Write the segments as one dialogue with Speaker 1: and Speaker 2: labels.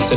Speaker 1: C'est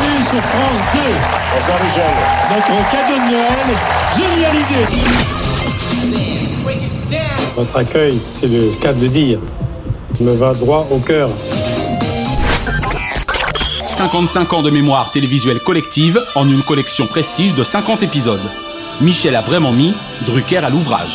Speaker 2: sur France 2. Bonsoir Michel. Notre cadeau de Noël, génial idée.
Speaker 3: Votre accueil, c'est le cas de le dire, me va droit au cœur.
Speaker 4: 55 ans de mémoire télévisuelle collective en une collection prestige de 50 épisodes. Michel a vraiment mis Drucker à l'ouvrage.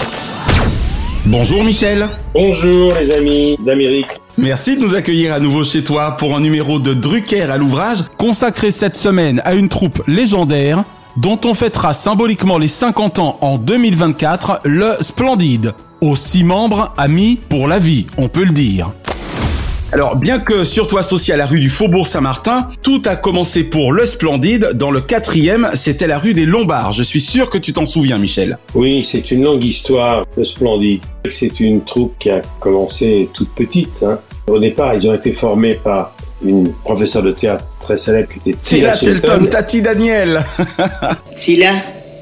Speaker 4: Bonjour Michel.
Speaker 3: Bonjour les amis d'Amérique.
Speaker 4: Merci de nous accueillir à nouveau chez toi pour un numéro de Drucker à l'ouvrage consacré cette semaine à une troupe légendaire dont on fêtera symboliquement les 50 ans en 2024, le Splendide. Aux six membres amis pour la vie, on peut le dire. Alors, bien que surtout associé à la rue du Faubourg Saint-Martin, tout a commencé pour le Splendide. Dans le quatrième, c'était la rue des Lombards. Je suis sûr que tu t'en souviens, Michel.
Speaker 3: Oui, c'est une longue histoire, le Splendide. C'est une troupe qui a commencé toute petite. hein. Au départ, ils ont été formés par une professeure de théâtre très célèbre qui était
Speaker 4: C'est
Speaker 3: Tina
Speaker 4: là, Shelton,
Speaker 3: Shelton.
Speaker 4: Tati Daniel.
Speaker 5: C'est là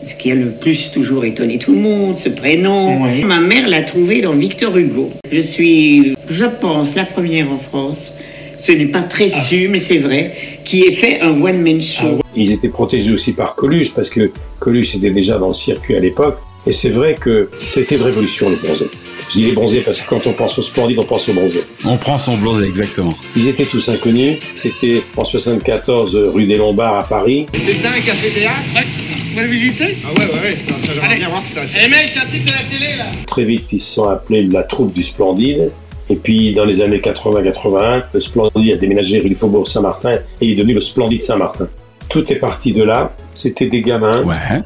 Speaker 5: ce qui a le plus toujours étonné tout le monde, ce prénom. Ma mère l'a trouvé dans Victor Hugo. Je suis, je pense, la première en France. Ce n'est pas très
Speaker 6: Ah.
Speaker 5: su, mais c'est vrai, qui ait fait un one-man show.
Speaker 3: Ils étaient protégés aussi par Coluche parce que Coluche était déjà dans le circuit à l'époque. Et c'est vrai que c'était une révolution, le bronzé. Je dis les bronzés parce que quand on pense au Splendide, on pense au bronzé.
Speaker 4: On prend son bronzé, exactement.
Speaker 3: Ils étaient tous inconnus. C'était en 74 euh, rue des Lombards à Paris.
Speaker 6: C'est ça un café théâtre Ouais. Vous l'avez visité Ah ouais, ouais, ouais, ça, ça j'aimerais bien voir ça. Eh mec, c'est un truc de la télé là
Speaker 3: Très vite, ils se sont appelés la troupe du Splendide. Et puis, dans les années 80-81, le Splendide a déménagé rue du Faubourg Saint-Martin et il est devenu le Splendide Saint-Martin. Tout est parti de là. C'était des gamins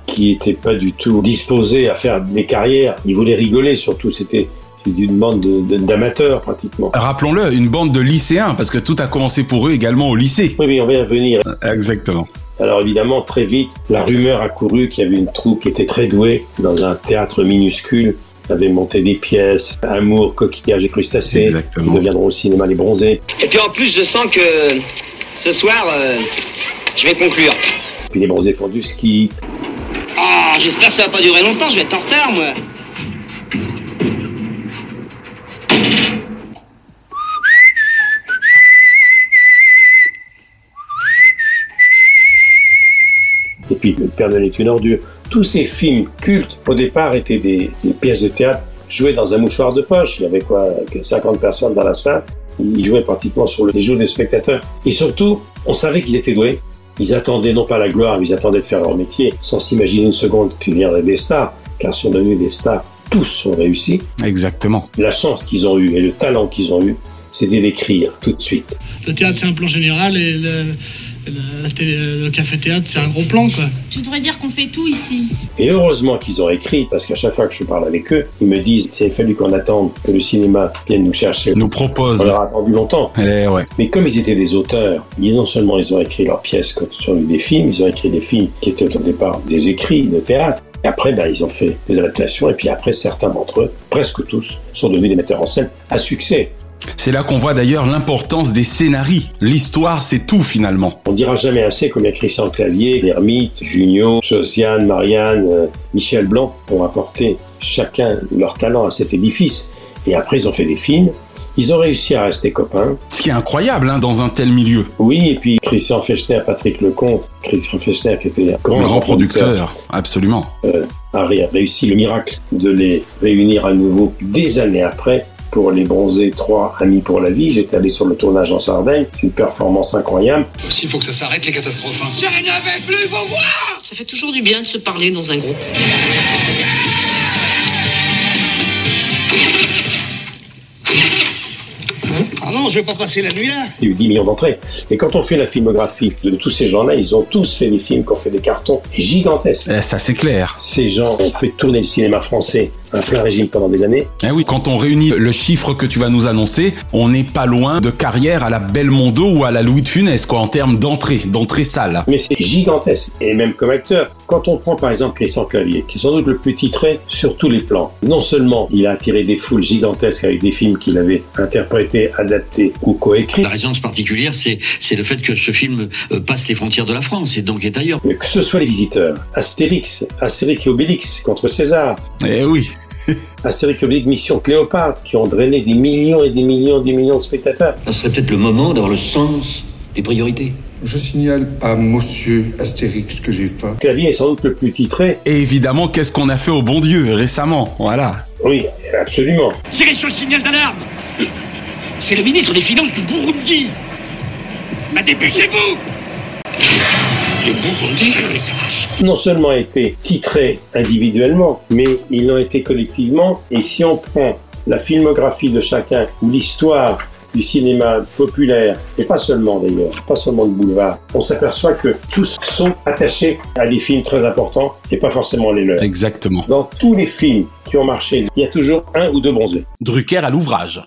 Speaker 3: qui n'étaient pas du tout disposés à faire des carrières. Ils voulaient rigoler surtout. C'était une bande de- de- d'amateurs pratiquement.
Speaker 4: Rappelons-le, une bande de lycéens, parce que tout a commencé pour eux également au lycée.
Speaker 3: Oui, oui, on va y revenir.
Speaker 4: Exactement.
Speaker 3: Alors évidemment, très vite, la rumeur a couru qu'il y avait une troupe qui était très douée dans un théâtre minuscule. Elle avait monté des pièces, Amour, Coquillage et Crustacés. Ils deviendront au cinéma Les Bronzés.
Speaker 7: Et puis en plus, je sens que ce soir, euh, je vais conclure.
Speaker 3: Puis Les Bronzés font du ski.
Speaker 7: Ah, j'espère que ça va pas durer longtemps, je vais être en retard, moi.
Speaker 3: Et puis Le Père Noël est une ordure. Tous ces films cultes, au départ, étaient des, des pièces de théâtre jouées dans un mouchoir de poche. Il y avait quoi que 50 personnes dans la salle. Ils jouaient pratiquement sur le- les joues des spectateurs. Et surtout, on savait qu'ils étaient doués. Ils attendaient non pas la gloire, mais ils attendaient de faire leur métier, sans s'imaginer une seconde qu'ils viendraient des stars, car ils sont devenus des stars. Tous ont réussi.
Speaker 4: Exactement.
Speaker 3: La chance qu'ils ont eue et le talent qu'ils ont eu, c'était d'écrire tout de suite.
Speaker 8: Le théâtre, c'est un plan général et le, le- la télé- le café-théâtre, c'est un gros plan, quoi.
Speaker 9: Tu devrais dire qu'on fait tout ici.
Speaker 3: Et heureusement qu'ils ont écrit, parce qu'à chaque fois que je parle avec eux, ils me disent il a fallu qu'on attende que le cinéma vienne nous chercher.
Speaker 4: Nous propose. Eh
Speaker 3: On leur a attendu longtemps.
Speaker 4: ouais.
Speaker 3: Mais comme ils étaient des auteurs, ils, non seulement ils ont écrit leurs pièces quand ils ont eu des films, ils ont écrit des films qui étaient au départ des écrits de théâtre. Et après, ben, ils ont fait des adaptations, et puis après, certains d'entre eux, presque tous, sont devenus des metteurs en scène à succès.
Speaker 4: C'est là qu'on voit d'ailleurs l'importance des scénarii. L'histoire, c'est tout finalement.
Speaker 3: On dira jamais assez combien Christian Clavier, l'Ermite, Junio, Josiane, Marianne, euh, Michel Blanc ont apporté chacun leur talent à cet édifice. Et après, ils ont fait des films. Ils ont réussi à rester copains.
Speaker 4: Ce qui est incroyable hein, dans un tel milieu.
Speaker 3: Oui, et puis Christian Fechner, Patrick Lecomte, Christian Fechner qui était un grand,
Speaker 4: Grand, producteur, absolument.
Speaker 3: euh, a ré- réussi le miracle de les réunir à nouveau des années après pour les bronzés 3 Amis pour la vie. J'étais allé sur le tournage en Sardaigne. C'est une performance incroyable.
Speaker 10: S'il faut que ça s'arrête, les catastrophes. hein.
Speaker 11: Je ne vais plus vous voir Ça fait toujours du bien de se parler dans un groupe.
Speaker 2: Ah non, je vais pas passer la nuit là.
Speaker 3: Il y a eu 10 millions d'entrées. Et quand on fait la filmographie de tous ces gens-là, ils ont tous fait des films qui ont fait des cartons gigantesques.
Speaker 4: Eh, ça, c'est clair.
Speaker 3: Ces gens ont fait tourner le cinéma français à plein régime pendant des années.
Speaker 4: Eh oui, quand on réunit le chiffre que tu vas nous annoncer, on n'est pas loin de carrière à la Belmondo ou à la Louis de Funès, quoi, en termes d'entrée, d'entrée sale.
Speaker 3: Mais c'est gigantesque. Et même comme acteur, quand on prend par exemple Christian Clavier, qui est sans doute le plus titré sur tous les plans, non seulement il a attiré des foules gigantesques avec des films qu'il avait interprétés, adaptés ou coécrits,
Speaker 12: La résonance particulière, c'est c'est le fait que ce film euh, passe les frontières de la France et donc est ailleurs.
Speaker 3: mais que ce soit Les Visiteurs, Astérix, Astérix et Obélix contre César.
Speaker 4: Eh oui
Speaker 3: Astérix et Obélix, Mission Cléopâtre, qui ont drainé des millions et des millions et des millions de spectateurs.
Speaker 12: Ça serait peut-être le moment d'avoir le sens des priorités.
Speaker 13: Je signale à monsieur Astérix que j'ai faim.
Speaker 3: Clavier est sans doute le plus titré.
Speaker 4: Et évidemment, qu'est-ce qu'on a fait au bon Dieu récemment Voilà.
Speaker 3: Oui, absolument.
Speaker 2: Tirez sur le signal d'alarme. C'est le ministre des Finances du Burundi. Mais dépêchez-vous. Du Burundi les arrache.
Speaker 3: non seulement été titrés individuellement, mais ils l'ont été collectivement. Et si on prend la filmographie de chacun ou l'histoire du cinéma populaire, et pas seulement d'ailleurs, pas seulement de boulevard, on s'aperçoit que tous sont attachés à des films très importants et pas forcément les leurs.
Speaker 4: Exactement.
Speaker 3: Dans tous les films qui ont marché, il y a toujours un ou deux bronzés.
Speaker 4: Drucker à l'ouvrage.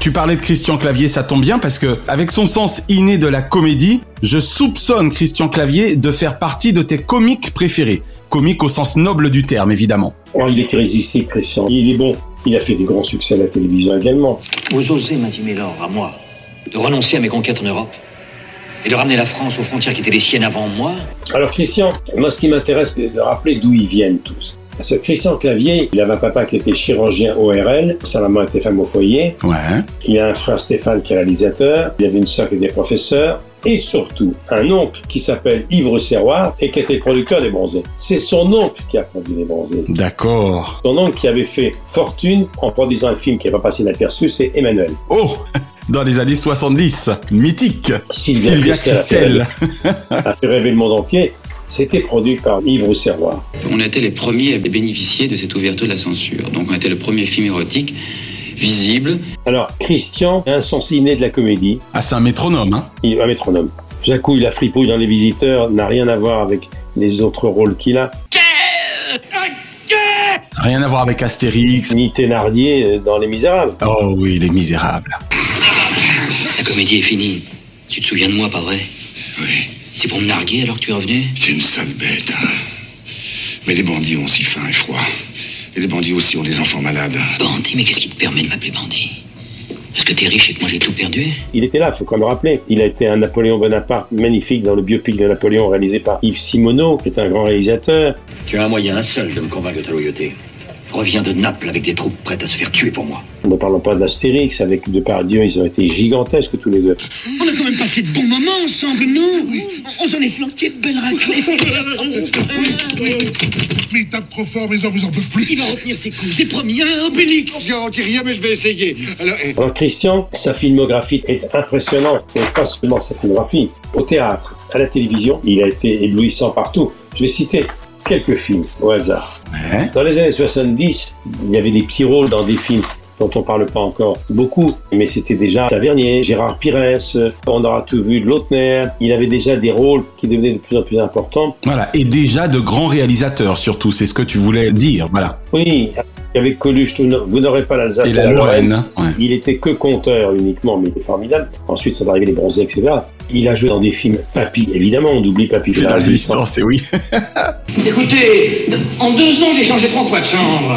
Speaker 4: Tu parlais de Christian Clavier, ça tombe bien parce que, avec son sens inné de la comédie, je soupçonne Christian Clavier de faire partie de tes comiques préférés. Comique au sens noble du terme, évidemment.
Speaker 3: Oh, il est irrésistible, Christian. Il est bon. Il a fait des grands succès à la télévision également.
Speaker 12: Vous osez m'intimer l'or à moi de renoncer à mes conquêtes en Europe et de ramener la France aux frontières qui étaient les siennes avant moi
Speaker 3: Alors Christian, moi ce qui m'intéresse c'est de rappeler d'où ils viennent tous. Parce que Christian Clavier, il avait un papa qui était chirurgien ORL, sa maman était femme au foyer,
Speaker 4: Ouais.
Speaker 3: il a un frère Stéphane qui est réalisateur, il avait une sœur qui était professeur, et surtout un oncle qui s'appelle Yves Serroir et qui était producteur des bronzés. C'est son oncle qui a produit les bronzés.
Speaker 4: D'accord.
Speaker 3: Son oncle qui avait fait fortune en produisant un film qui n'est pas passé inaperçu, c'est Emmanuel.
Speaker 4: Oh Dans les années 70, mythique. Sylvia Christel.
Speaker 3: a fait rêver Ah, le monde entier. C'était produit par Yves Serroir.
Speaker 14: On était les premiers à bénéficier de cette ouverture de la censure. Donc on était le premier film érotique visible.
Speaker 3: Alors, Christian a un sens inné de la comédie.
Speaker 4: Ah, c'est un métronome, hein
Speaker 3: Il est un métronome. Jacouille, la fripouille dans Les Visiteurs n'a rien à voir avec les autres rôles qu'il a.
Speaker 4: Rien à voir avec Astérix.
Speaker 3: Ni Thénardier euh, dans Les Misérables.
Speaker 4: Oh oui, les misérables.
Speaker 12: La comédie est finie. Tu te souviens de moi, pas vrai Oui. C'est pour me narguer alors que tu es revenu
Speaker 15: T'es une sale bête. hein. Mais les bandits ont si faim et froid. Et les bandits aussi ont des enfants malades.
Speaker 12: Bandit, mais qu'est-ce qui te permet de m'appeler bandit Parce que t'es riche et que moi j'ai tout perdu
Speaker 3: Il était là, faut quand même le rappeler. Il a été un Napoléon Bonaparte magnifique dans le biopic de Napoléon réalisé par Yves Simoneau, qui est un grand réalisateur.
Speaker 12: Tu as un moyen, un seul, de me convaincre de ta loyauté. Reviens de Naples avec des troupes prêtes à se faire tuer pour moi.
Speaker 3: Ne parlons pas d'Astérix, avec Depardieu, ils ont été gigantesques tous les deux.
Speaker 2: On a quand même passé de bons moments ensemble, non On s'en est flanqué de belles raclettes.
Speaker 13: Mais il tape trop fort, mes hommes, vous en peuvent plus.
Speaker 2: Il va retenir ses coups, j'ai promis, hein, Obélix
Speaker 6: Je garantis rien, mais je vais essayer. Alors, eh,
Speaker 3: Alors Christian, sa filmographie est impressionnante, et pas seulement sa filmographie. Au théâtre, à la télévision, il a été éblouissant partout. Je vais citer quelques films au hasard.
Speaker 4: Ouais.
Speaker 3: Dans les années 70, il y avait des petits rôles dans des films dont on parle pas encore beaucoup, mais c'était déjà Tavernier, Gérard Pires, euh, on aura tout vu de Lautner. Il avait déjà des rôles qui devenaient de plus en plus importants.
Speaker 4: Voilà. Et déjà de grands réalisateurs, surtout. C'est ce que tu voulais dire. Voilà.
Speaker 3: Oui, il y avait Coluche, tout n- vous n'aurez pas l'Alsace.
Speaker 4: Et la Lorraine. hein. Ouais.
Speaker 3: Il était que compteur uniquement, mais il était formidable. Ensuite sont arrivés les bronzés, etc. Il a joué dans des films Papy, évidemment, on oublie Papy
Speaker 4: Puis la résistance, et oui.
Speaker 16: Écoutez, en deux ans, j'ai changé trois fois de chambre.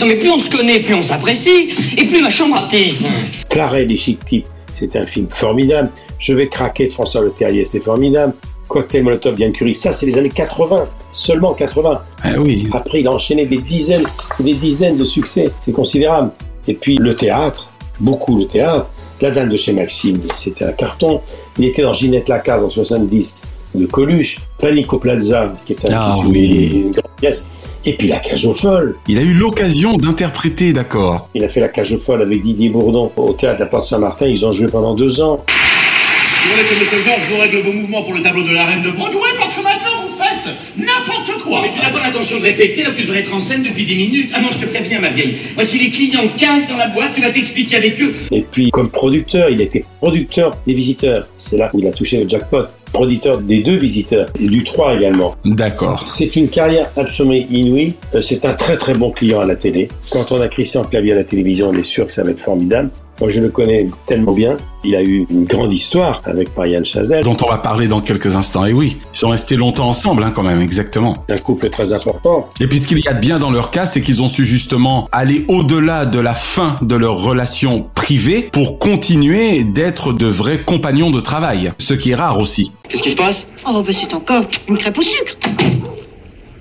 Speaker 16: Non, mais plus on se connaît, plus on s'apprécie, et plus ma chambre attise.
Speaker 3: Claret, les chic types, c'est un film formidable. Je vais craquer de François Le Terrier, c'est formidable. Cocktail Molotov, Diane Curie, ça c'est les années 80, seulement 80.
Speaker 4: Ah oui.
Speaker 3: Après, il a enchaîné des dizaines et des dizaines de succès. C'est considérable. Et puis, le théâtre, beaucoup le théâtre. La dame de chez Maxime, c'était un carton. Il était dans Ginette Lacaze en 70. de Coluche, Panico Plaza, qui est un,
Speaker 4: Ah
Speaker 3: qui-
Speaker 4: oui.
Speaker 3: une grande pièce, et puis La Cage aux Folles.
Speaker 4: Il a eu l'occasion d'interpréter, d'accord.
Speaker 3: Il a fait La Cage aux Folles avec Didier Bourdon au théâtre de la Porte Saint-Martin, ils ont joué pendant deux ans.
Speaker 6: Vous voulez que Monsieur Georges vous règle vos mouvements pour le tableau de la reine de Broadway parce que maintenant vous faites n'importe quoi.
Speaker 16: Mais tu n'as pas l'intention de répéter, là tu devrais être en scène depuis 10 minutes. Ah non, je te préviens, ma vieille. Moi, si les clients cassent dans la boîte, tu vas t'expliquer avec eux.
Speaker 3: Et puis, comme producteur, il était producteur des visiteurs. C'est là où il a touché le jackpot. Producteur des deux visiteurs, et du 3 également.
Speaker 4: D'accord.
Speaker 3: C'est une carrière absolument inouïe. Euh, C'est un très très bon client à la télé. Quand on a Christian Clavier à la télévision, on est sûr que ça va être formidable. Moi, je le connais tellement bien. Il a eu une grande histoire avec Marianne Chazelle.
Speaker 4: Dont on va parler dans quelques instants. Et oui, ils sont restés longtemps ensemble, hein, quand même, exactement.
Speaker 3: Un couple très important.
Speaker 4: Et puis ce qu'il y a de bien dans leur cas, c'est qu'ils ont su justement aller au-delà de la fin de leur relation privée pour continuer d'être de vrais compagnons de travail. Ce qui est rare aussi.
Speaker 7: Qu'est-ce qui se passe
Speaker 11: Oh, bah c'est encore une crêpe au sucre.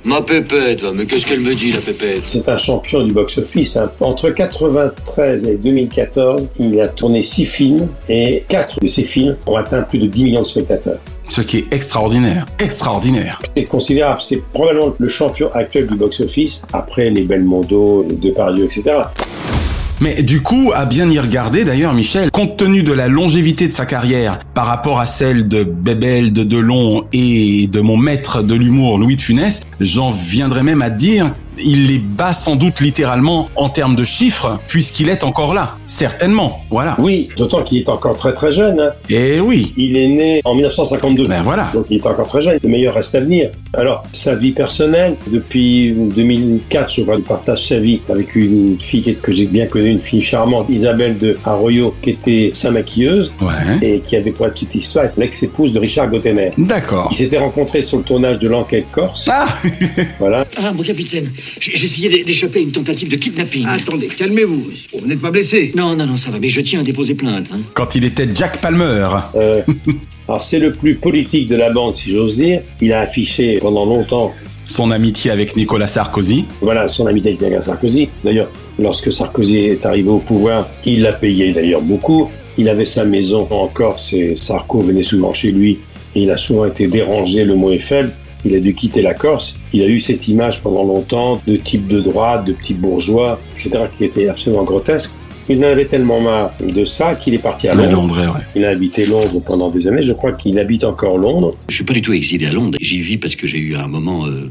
Speaker 7: Ma pépette, va, mais qu'est-ce qu'elle me dit, la pépette
Speaker 3: C'est un champion du box-office. hein. Entre 93 et 2014, il a tourné six films et quatre de ces films ont atteint plus de 10 millions de spectateurs.
Speaker 4: Ce qui est extraordinaire. Extraordinaire.
Speaker 3: C'est considérable. C'est probablement le champion actuel du box-office après les Belmondo, les Depardieu, etc.
Speaker 4: Mais du coup, à bien y regarder d'ailleurs, Michel, compte tenu de la longévité de sa carrière par rapport à celle de Bebel, de Delon et de mon maître de l'humour, Louis de Funès, j'en viendrais même à dire, il les bat sans doute littéralement en termes de chiffres, puisqu'il est encore là. Certainement, voilà.
Speaker 3: Oui, d'autant qu'il est encore très très jeune. hein.
Speaker 4: Et Eh oui.
Speaker 3: Il est né en 1952.
Speaker 4: Ben voilà.
Speaker 3: Donc il est encore très jeune. Le meilleur reste à venir. Alors, sa vie personnelle, depuis 2004, je crois, il partage sa vie avec une fille que- que j'ai bien connue, une fille charmante, Isabelle de Arroyo, qui était sa maquilleuse.
Speaker 4: Ouais.
Speaker 3: Et qui avait pour la petite histoire être l'ex-épouse de Richard Gottener.
Speaker 4: D'accord.
Speaker 3: Ils s'étaient rencontrés sur le tournage de l'enquête corse.
Speaker 4: Ah
Speaker 3: Voilà.
Speaker 12: Ah, mon capitaine, j'ai j'ai essayé d'é- d'échapper à une tentative de kidnapping. Attendez, calmez-vous. Vous n'êtes pas blessé Non, non, non, ça va, mais je tiens à déposer plainte. hein.
Speaker 4: Quand il était Jack Palmer.
Speaker 3: Euh, alors, c'est le plus politique de la bande, si j'ose dire. Il a affiché pendant longtemps
Speaker 4: Son amitié avec Nicolas Sarkozy.
Speaker 3: Voilà, son amitié avec Nicolas Sarkozy. D'ailleurs, lorsque Sarkozy est arrivé au pouvoir, il l'a payé d'ailleurs beaucoup. Il avait sa maison en Corse et Sarko venait souvent chez lui. Et il a souvent été dérangé, le mot est faible. Il a dû quitter la Corse. Il a eu cette image pendant longtemps de type de droite, de petit bourgeois, etc., qui était absolument grotesque. Il en avait tellement marre de ça qu'il est parti à
Speaker 4: Ouais,
Speaker 3: Londres.
Speaker 4: Londres, ouais.
Speaker 3: Il a habité Londres pendant des années. Je crois qu'il habite encore Londres.
Speaker 12: Je suis pas du tout exilé à Londres. J'y vis parce que j'ai eu à un moment euh,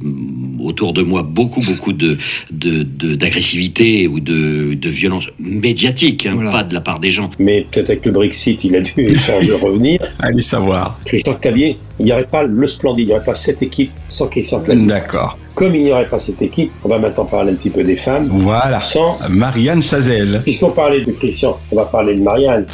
Speaker 12: autour de moi beaucoup, beaucoup de de- de- d'agressivité ou de, de violence médiatique, hein, pas de la part des gens.
Speaker 3: Mais peut-être avec le Brexit, il a dû changer de revenir.
Speaker 4: Allez savoir.
Speaker 3: Christian Clavier, il n'y aurait pas le splendide, il n'y aurait pas cette équipe sans Christian
Speaker 4: Mm.
Speaker 3: Clavier.
Speaker 4: D'accord.
Speaker 3: Comme il n'y aurait pas cette équipe, on va maintenant parler un petit peu des femmes.
Speaker 4: Voilà.
Speaker 3: Sans,
Speaker 4: Marianne Chazelle.
Speaker 3: puisqu'on parlait de Christian, on va parler de Marianne.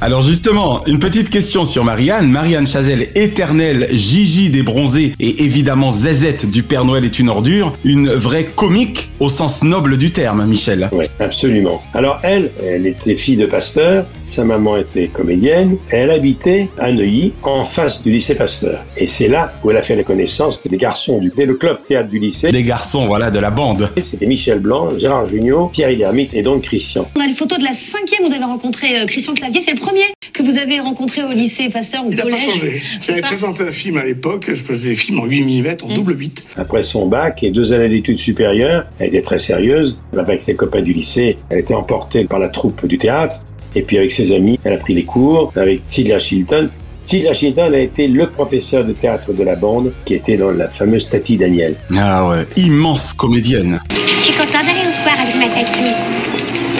Speaker 4: Alors justement, une petite question sur Marianne. Marianne Chazelle, éternelle Gigi des Bronzés et évidemment Zezette du Père Noël est une ordure, une vraie comique au sens noble du terme, Michel.
Speaker 3: Oui, absolument. Alors elle, elle était fille de pasteur, sa maman était comédienne, elle habitait à Neuilly, en face du lycée Pasteur. Et c'est là où elle a fait la connaissance des garçons du, dès le club théâtre du lycée.
Speaker 4: Des garçons, voilà, de la bande.
Speaker 3: C'était Michel Blanc, Gérard Jugnot, Thierry Lhermitte et donc Christian.
Speaker 17: On a les photos de la cinquième, vous avez rencontré euh, Christian Clavier, c'est le premier que vous avez rencontré au lycée Pasteur ou
Speaker 6: Il n'a pas
Speaker 17: collège.
Speaker 6: changé.
Speaker 17: C'est
Speaker 6: J'avais
Speaker 17: ça.
Speaker 6: présenté un film à l'époque, je faisais des films en 8 mm, en double 8.
Speaker 3: Après son bac et deux années d'études supérieures, elle était très sérieuse. Avec ses copains du lycée, elle était emportée par la troupe du théâtre. Et puis avec ses amis, elle a pris des cours avec Tilda Shilton. Tilda Shilton a été le professeur de théâtre de la bande qui était dans la fameuse Tati Daniel.
Speaker 4: Ah ouais, immense comédienne.
Speaker 18: Je suis content d'aller au soir avec ma tati.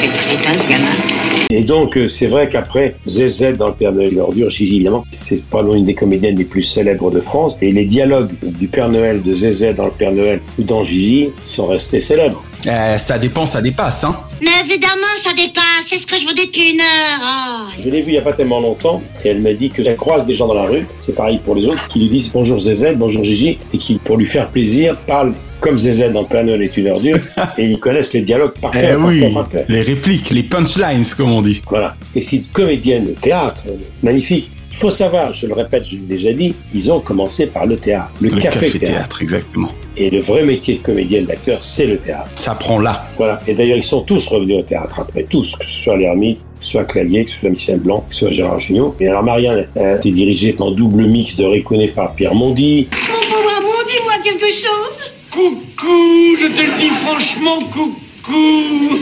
Speaker 18: C'est très ce gamin.
Speaker 3: Et donc, euh, c'est vrai qu'après, ZZ dans Le Père Noël et l'Ordure, Gigi, évidemment, c'est probablement une des comédiennes les plus célèbres de France. Et les dialogues du Père Noël, de ZZ dans Le Père Noël ou dans Gigi sont restés célèbres.
Speaker 4: Euh, ça dépend, ça dépasse, hein.
Speaker 18: Mais évidemment, ça dépasse. C'est ce que je vous dis depuis une heure. Oh.
Speaker 3: Je l'ai vue il n'y a pas tellement longtemps et elle m'a dit que elle croise des gens dans la rue, c'est pareil pour les autres, qui lui disent bonjour Zézette, bonjour Gigi, et qui, pour lui faire plaisir, parlent comme Zézette dans le panel est une ordure, et ils connaissent les dialogues par
Speaker 4: Eh
Speaker 3: cœur, par
Speaker 4: oui,
Speaker 3: cœur, par cœur.
Speaker 4: les répliques, les punchlines, comme on dit.
Speaker 3: Voilà. Et c'est une comédienne de théâtre, euh, magnifique. Il faut savoir, je le répète, je l'ai déjà dit, ils ont commencé par le théâtre, le, café-théâtre.
Speaker 4: exactement.
Speaker 3: Et le vrai métier de comédienne, d'acteur, c'est le théâtre.
Speaker 4: Ça prend là.
Speaker 3: Voilà. Et d'ailleurs, ils sont tous revenus au théâtre après, tous, que ce soit l'ermite, que ce soit Clavier, que ce soit Michel Blanc, que ce soit Gérard Jugnot. Et alors Marianne euh, était dirigée en double mix de Réconné par Pierre Mondy.
Speaker 19: Oh, bon, dis-moi quelque chose
Speaker 16: Coucou, je te le dis franchement, coucou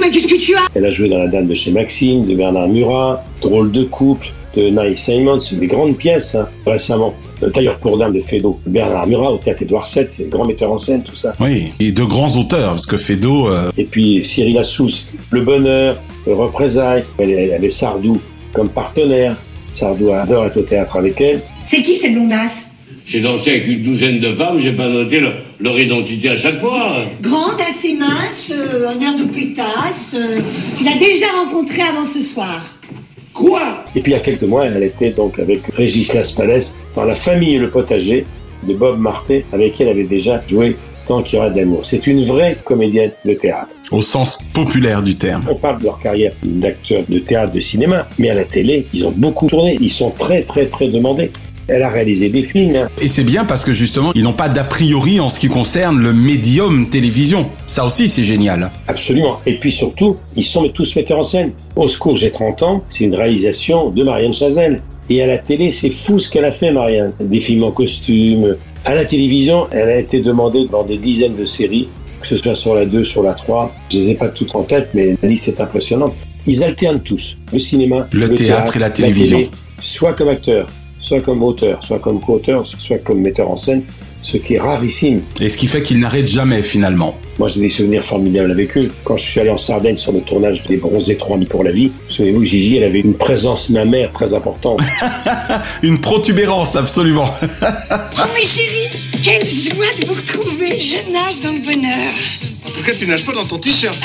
Speaker 19: Mais qu'est-ce que tu as
Speaker 3: Elle a joué dans La Dame de chez Maxime, de Bernard Murat, Drôle de couple, de Naïf Simon, c'est des grandes pièces hein, récemment. Le tailleur pour dame de Fédot, Bernard Murat au théâtre Édouard VII, c'est le grand metteur en scène, tout ça.
Speaker 4: Oui, et de grands auteurs, parce que Fédot. euh,
Speaker 3: Et puis Cyril Assous, Le Bonheur, le Représailles, elle, elle avait Sardou comme partenaire. Sardou adore être au théâtre avec elle.
Speaker 19: C'est qui cette blondasse
Speaker 20: J'ai dansé avec une douzaine de femmes, j'ai pas noté leur, leur identité à chaque fois.
Speaker 19: Grande, assez mince, euh, un air de pétasse. euh, tu l'as déjà rencontrée avant ce soir.
Speaker 20: Quoi
Speaker 3: Et puis il y a quelques mois, elle était donc avec Régis Laspalès dans La famille et le potager de Bob Marté, avec qui elle avait déjà joué Tant qu'il y aura d'amour. C'est une vraie comédienne de théâtre.
Speaker 4: Au sens populaire du terme.
Speaker 3: On parle de leur carrière d'acteur de théâtre, de cinéma, mais à la télé, ils ont beaucoup tourné, ils sont très très très demandés. Elle a réalisé des films, hein.
Speaker 4: Et c'est bien parce que justement, ils n'ont pas d'a priori en ce qui concerne le médium télévision. Ça aussi, c'est génial.
Speaker 3: absolument. Et puis surtout, ils sont tous metteurs en scène. Au secours, j'ai 30 ans, c'est une réalisation de Marianne Chazelle. Et à la télé, c'est fou ce qu'elle a fait, Marianne. Des films en costume. À la télévision, elle a été demandée dans des dizaines de séries, que ce soit sur la 2, sur la 3. Je les ai pas toutes en tête, mais la liste est impressionnante. Ils alternent tous. Le cinéma,
Speaker 4: Le théâtre et la télévision.
Speaker 3: télé, soit comme acteur, soit comme auteur, soit comme co-auteur, soit comme metteur en scène, ce qui est rarissime.
Speaker 4: Et ce qui fait qu'ils n'arrêtent jamais finalement.
Speaker 3: Moi, j'ai des souvenirs formidables avec eux. Quand je suis allé en Sardaigne sur le tournage des Bronzés 3 pour la vie, souvenez-vous, Gigi, elle avait une présence mammaire très importante.
Speaker 4: Une protubérance, absolument.
Speaker 19: Oh mes chéris, quelle joie de vous retrouver. Je nage dans le bonheur.
Speaker 6: En tout cas, tu nages pas dans ton t-shirt.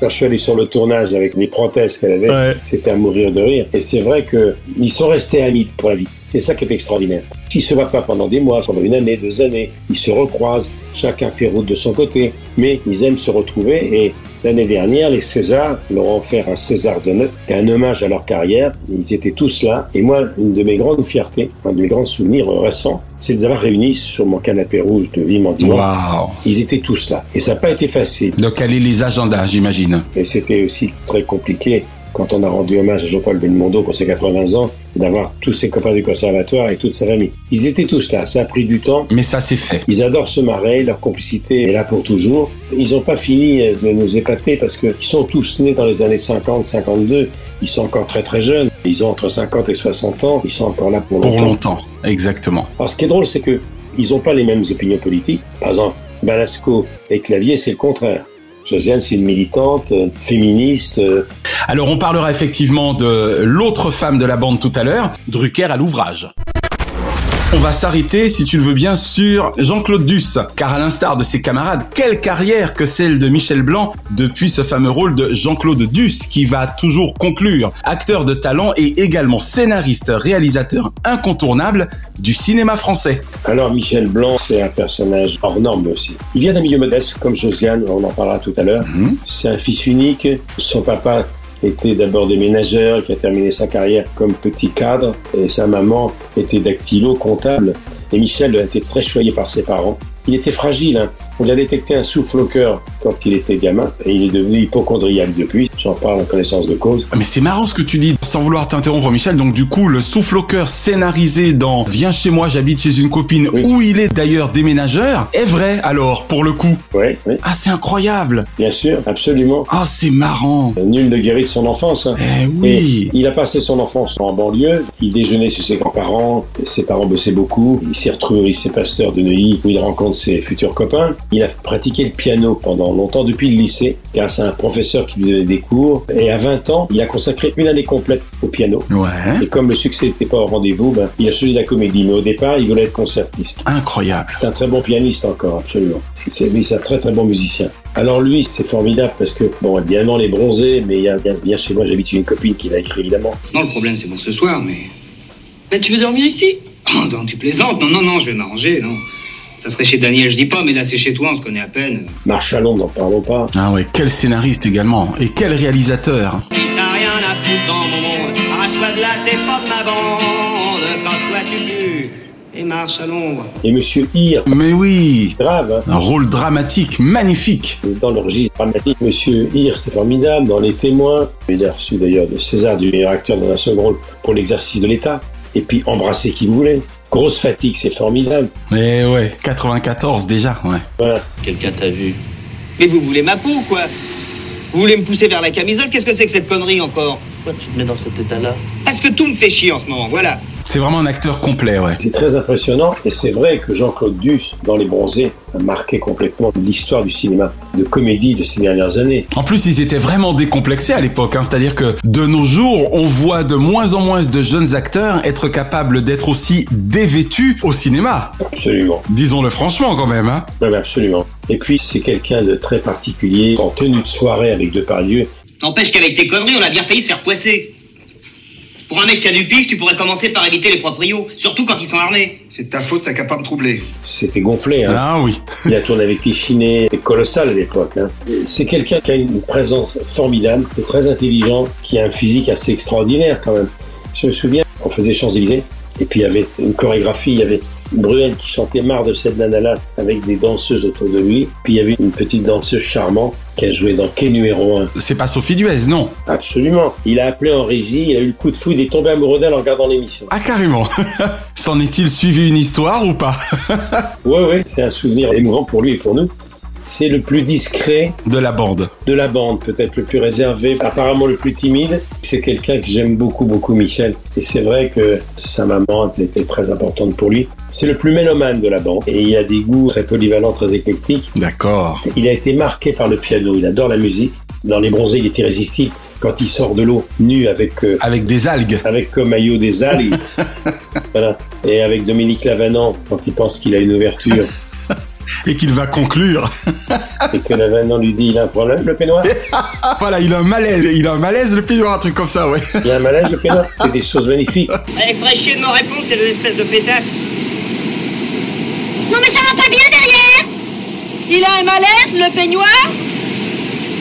Speaker 3: Quand je suis allé sur le tournage avec les prothèses qu'elle avait, c'était à mourir de rire. Et c'est vrai que ils sont restés amis pour la vie. C'est ça qui est extraordinaire. Ils se voient pas pendant des mois, pendant une année, deux années. Ils se recroisent. Chacun fait route de son côté. Mais ils aiment se retrouver. Et l'année dernière, les Césars leur ont offert un César d'honneur et un hommage à leur carrière. Ils étaient tous là. Et moi, une de mes grandes fiertés, un de mes grands souvenirs récents, c'est de les avoir réunis sur mon canapé rouge de Vimandinois.
Speaker 4: Waouh.
Speaker 3: Ils étaient tous là. Et ça n'a pas été facile.
Speaker 4: De caler les agendas, j'imagine.
Speaker 3: Et c'était aussi très compliqué quand on a rendu hommage à Jean-Paul Belmondo pour ses 80 ans, d'avoir tous ses copains du conservatoire et toute sa famille. Ils étaient tous là, ça a pris du temps.
Speaker 4: Mais ça, c'est fait.
Speaker 3: Ils adorent se marrer, leur complicité est là pour toujours. Ils n'ont pas fini euh, de nous épater parce qu'ils sont tous nés dans les années 50, 52. Ils sont encore très très jeunes. Ils ont entre 50 et 60 ans. Ils sont encore là pour longtemps.
Speaker 4: Pour longtemps, exactement.
Speaker 3: Alors, ce qui est drôle, c'est que ils n'ont pas les mêmes opinions politiques. Par exemple, Balasco et Clavier, c'est le contraire. Josiane, c'est une militante, euh, féministe. euh,
Speaker 4: Alors, on parlera effectivement de l'autre femme de la bande tout à l'heure, Drucker à l'ouvrage. On va s'arrêter, si tu le veux bien, sur Jean-Claude Duss, car à l'instar de ses camarades, quelle carrière que celle de Michel Blanc depuis ce fameux rôle de Jean-Claude Duss qui va toujours conclure, acteur de talent et également scénariste, réalisateur incontournable du cinéma français.
Speaker 3: Alors Michel Blanc, c'est un personnage hors norme aussi. Il vient d'un milieu modeste comme Josiane, on en parlera tout à l'heure.
Speaker 4: Mhm.
Speaker 3: C'est un fils unique. Son papa était d'abord déménageur, qui a terminé sa carrière comme petit cadre, et sa maman était dactylo, comptable. Et Michel a été très choyé par ses parents. Il était fragile. hein. On a détecté un souffle au cœur quand il était gamin, et il est devenu hypochondriaque depuis. J'en parle en connaissance de cause.
Speaker 4: Ah, Mais c'est marrant ce que tu dis, sans vouloir t'interrompre Michel, donc du coup le souffle au cœur scénarisé dans Viens chez moi, j'habite chez une copine, où il est d'ailleurs déménageur, est vrai alors, pour le coup.
Speaker 3: Oui, oui,
Speaker 4: Ah c'est incroyable
Speaker 3: bien sûr, absolument.
Speaker 4: Ah c'est marrant
Speaker 3: Nul ne guérit de son enfance. hein.
Speaker 4: Eh oui.
Speaker 3: Et il a passé son enfance en banlieue. Il déjeunait chez ses grands-parents. Ses parents bossaient beaucoup. Il s'est retrouvé au lycée Pasteur de Neuilly où il rencontre ses futurs copains. Il a pratiqué le piano pendant longtemps depuis le lycée grâce à un professeur qui lui donnait des cours. Et à 20 ans, il a consacré une année complète au piano.
Speaker 4: Ouais,
Speaker 3: Et comme le succès n'était pas au rendez-vous, ben, il a choisi la comédie. Mais au départ, il voulait être concertiste.
Speaker 4: incroyable.
Speaker 3: C'est un très bon pianiste encore, absolument. C'est lui, c'est un très très bon musicien. Alors lui, c'est formidable parce que, bon, évidemment, les bronzés, mais il y a bien, bien chez moi, j'habite une copine qui l'a écrit, évidemment.
Speaker 14: Non, le problème c'est pour ce soir, mais.
Speaker 16: Ben, tu veux dormir ici
Speaker 14: Oh, non, tu plaisantes Non, non, non, je vais m'arranger, non. Ça serait chez Daniel, je dis pas, mais là c'est chez toi, on se connaît à peine.
Speaker 3: Marchalon, n'en parlons pas.
Speaker 4: Ah ouais, quel scénariste également, et quel réalisateur.
Speaker 16: T'as rien à foutre dans mon monde. Arrache-toi de là, t'es pas de ma bande. Quand toi tu pues, et ma Montparnasse à Londres.
Speaker 3: Et Monsieur Hir.
Speaker 4: Mais oui.
Speaker 3: Grave. hein.
Speaker 4: Un rôle dramatique, magnifique.
Speaker 3: Dans le registre dramatique, Monsieur Hir, c'est formidable. Dans Les Témoins, il a reçu d'ailleurs de César du meilleur acteur dans un seul rôle pour l'exercice de l'État. Et puis embrasser qui voulait. Grosse fatigue, c'est formidable.
Speaker 4: Mais Eh ouais, 94 déjà, ouais.
Speaker 3: Voilà.
Speaker 12: Quelqu'un t'a vu
Speaker 16: Mais vous voulez ma peau, quoi Vous voulez me pousser vers la camisole Qu'est-ce que c'est que cette connerie encore
Speaker 12: Pourquoi tu te mets dans cet état-là
Speaker 16: Parce que tout me fait chier en ce moment, voilà.
Speaker 4: C'est vraiment un acteur complet, ouais.
Speaker 3: C'est très impressionnant et c'est vrai que Jean-Claude Duss, dans Les Bronzés, a marqué complètement l'histoire du cinéma de comédie de ces dernières années.
Speaker 4: En plus, ils étaient vraiment décomplexés à l'époque, hein. c'est-à-dire que de nos jours, on voit de moins en moins de jeunes acteurs être capables d'être aussi dévêtus au cinéma.
Speaker 3: Absolument.
Speaker 4: Disons-le franchement quand même. Hein.
Speaker 3: Oui, absolument. Et puis, c'est quelqu'un de très particulier, en tenue de soirée avec Depardieu.
Speaker 16: N'empêche qu'avec tes conneries, on a bien failli se faire poisser. Pour un mec qui a du pif, tu pourrais commencer par éviter les proprios, surtout quand ils sont armés.
Speaker 15: C'est ta faute, t'as qu'à pas me troubler.
Speaker 3: C'était gonflé, hein.
Speaker 4: Ah oui.
Speaker 3: Il a tourné avec les Chinés, c'est colossal à l'époque. Hein. C'est quelqu'un qui a une présence formidable, qui est très intelligent, qui a un physique assez extraordinaire quand même. Je me souviens, on faisait Champs-Élysées, et puis il y avait une chorégraphie, il y avait Bruel qui chantait marre de cette nana-là avec des danseuses autour de lui. Puis il y avait une petite danseuse charmante qui a joué dans Quai numéro 1.
Speaker 4: C'est pas Sophie Duez, non
Speaker 3: Absolument. Il a appelé en régie, il a eu le coup de fou, il est tombé amoureux d'elle en regardant l'émission.
Speaker 4: Ah, carrément S'en est-il suivi une histoire ou pas
Speaker 3: Ouais, ouais, c'est un souvenir émouvant pour lui et pour nous. C'est le plus discret.
Speaker 4: De la bande.
Speaker 3: De la bande, peut-être le plus réservé, apparemment le plus timide. C'est quelqu'un que j'aime beaucoup, beaucoup, Michel. Et c'est vrai que sa maman était très importante pour lui. C'est le plus mélomane de la bande. Et il a des goûts très polyvalents, très éclectiques.
Speaker 4: D'accord.
Speaker 3: Il a été marqué par le piano. Il adore la musique. Dans Les Bronzés, il est irrésistible. Quand il sort de l'eau, nu avec. Euh,
Speaker 4: avec des algues.
Speaker 3: Avec comme maillot des algues. voilà. Et avec Dominique Lavanant, quand il pense qu'il a une ouverture.
Speaker 4: et qu'il va conclure.
Speaker 3: et que la vanne lui dit il a un problème, le peignoir
Speaker 4: Voilà, il a un malaise, il a un malaise, le peignoir, un truc comme ça, ouais.
Speaker 3: Il a un malaise, le peignoir C'est des choses magnifiques.
Speaker 16: Allez, ferait chier de me répondre, c'est des espèces de pétasses.
Speaker 18: Non, mais ça va pas bien derrière
Speaker 11: Il a un malaise, le peignoir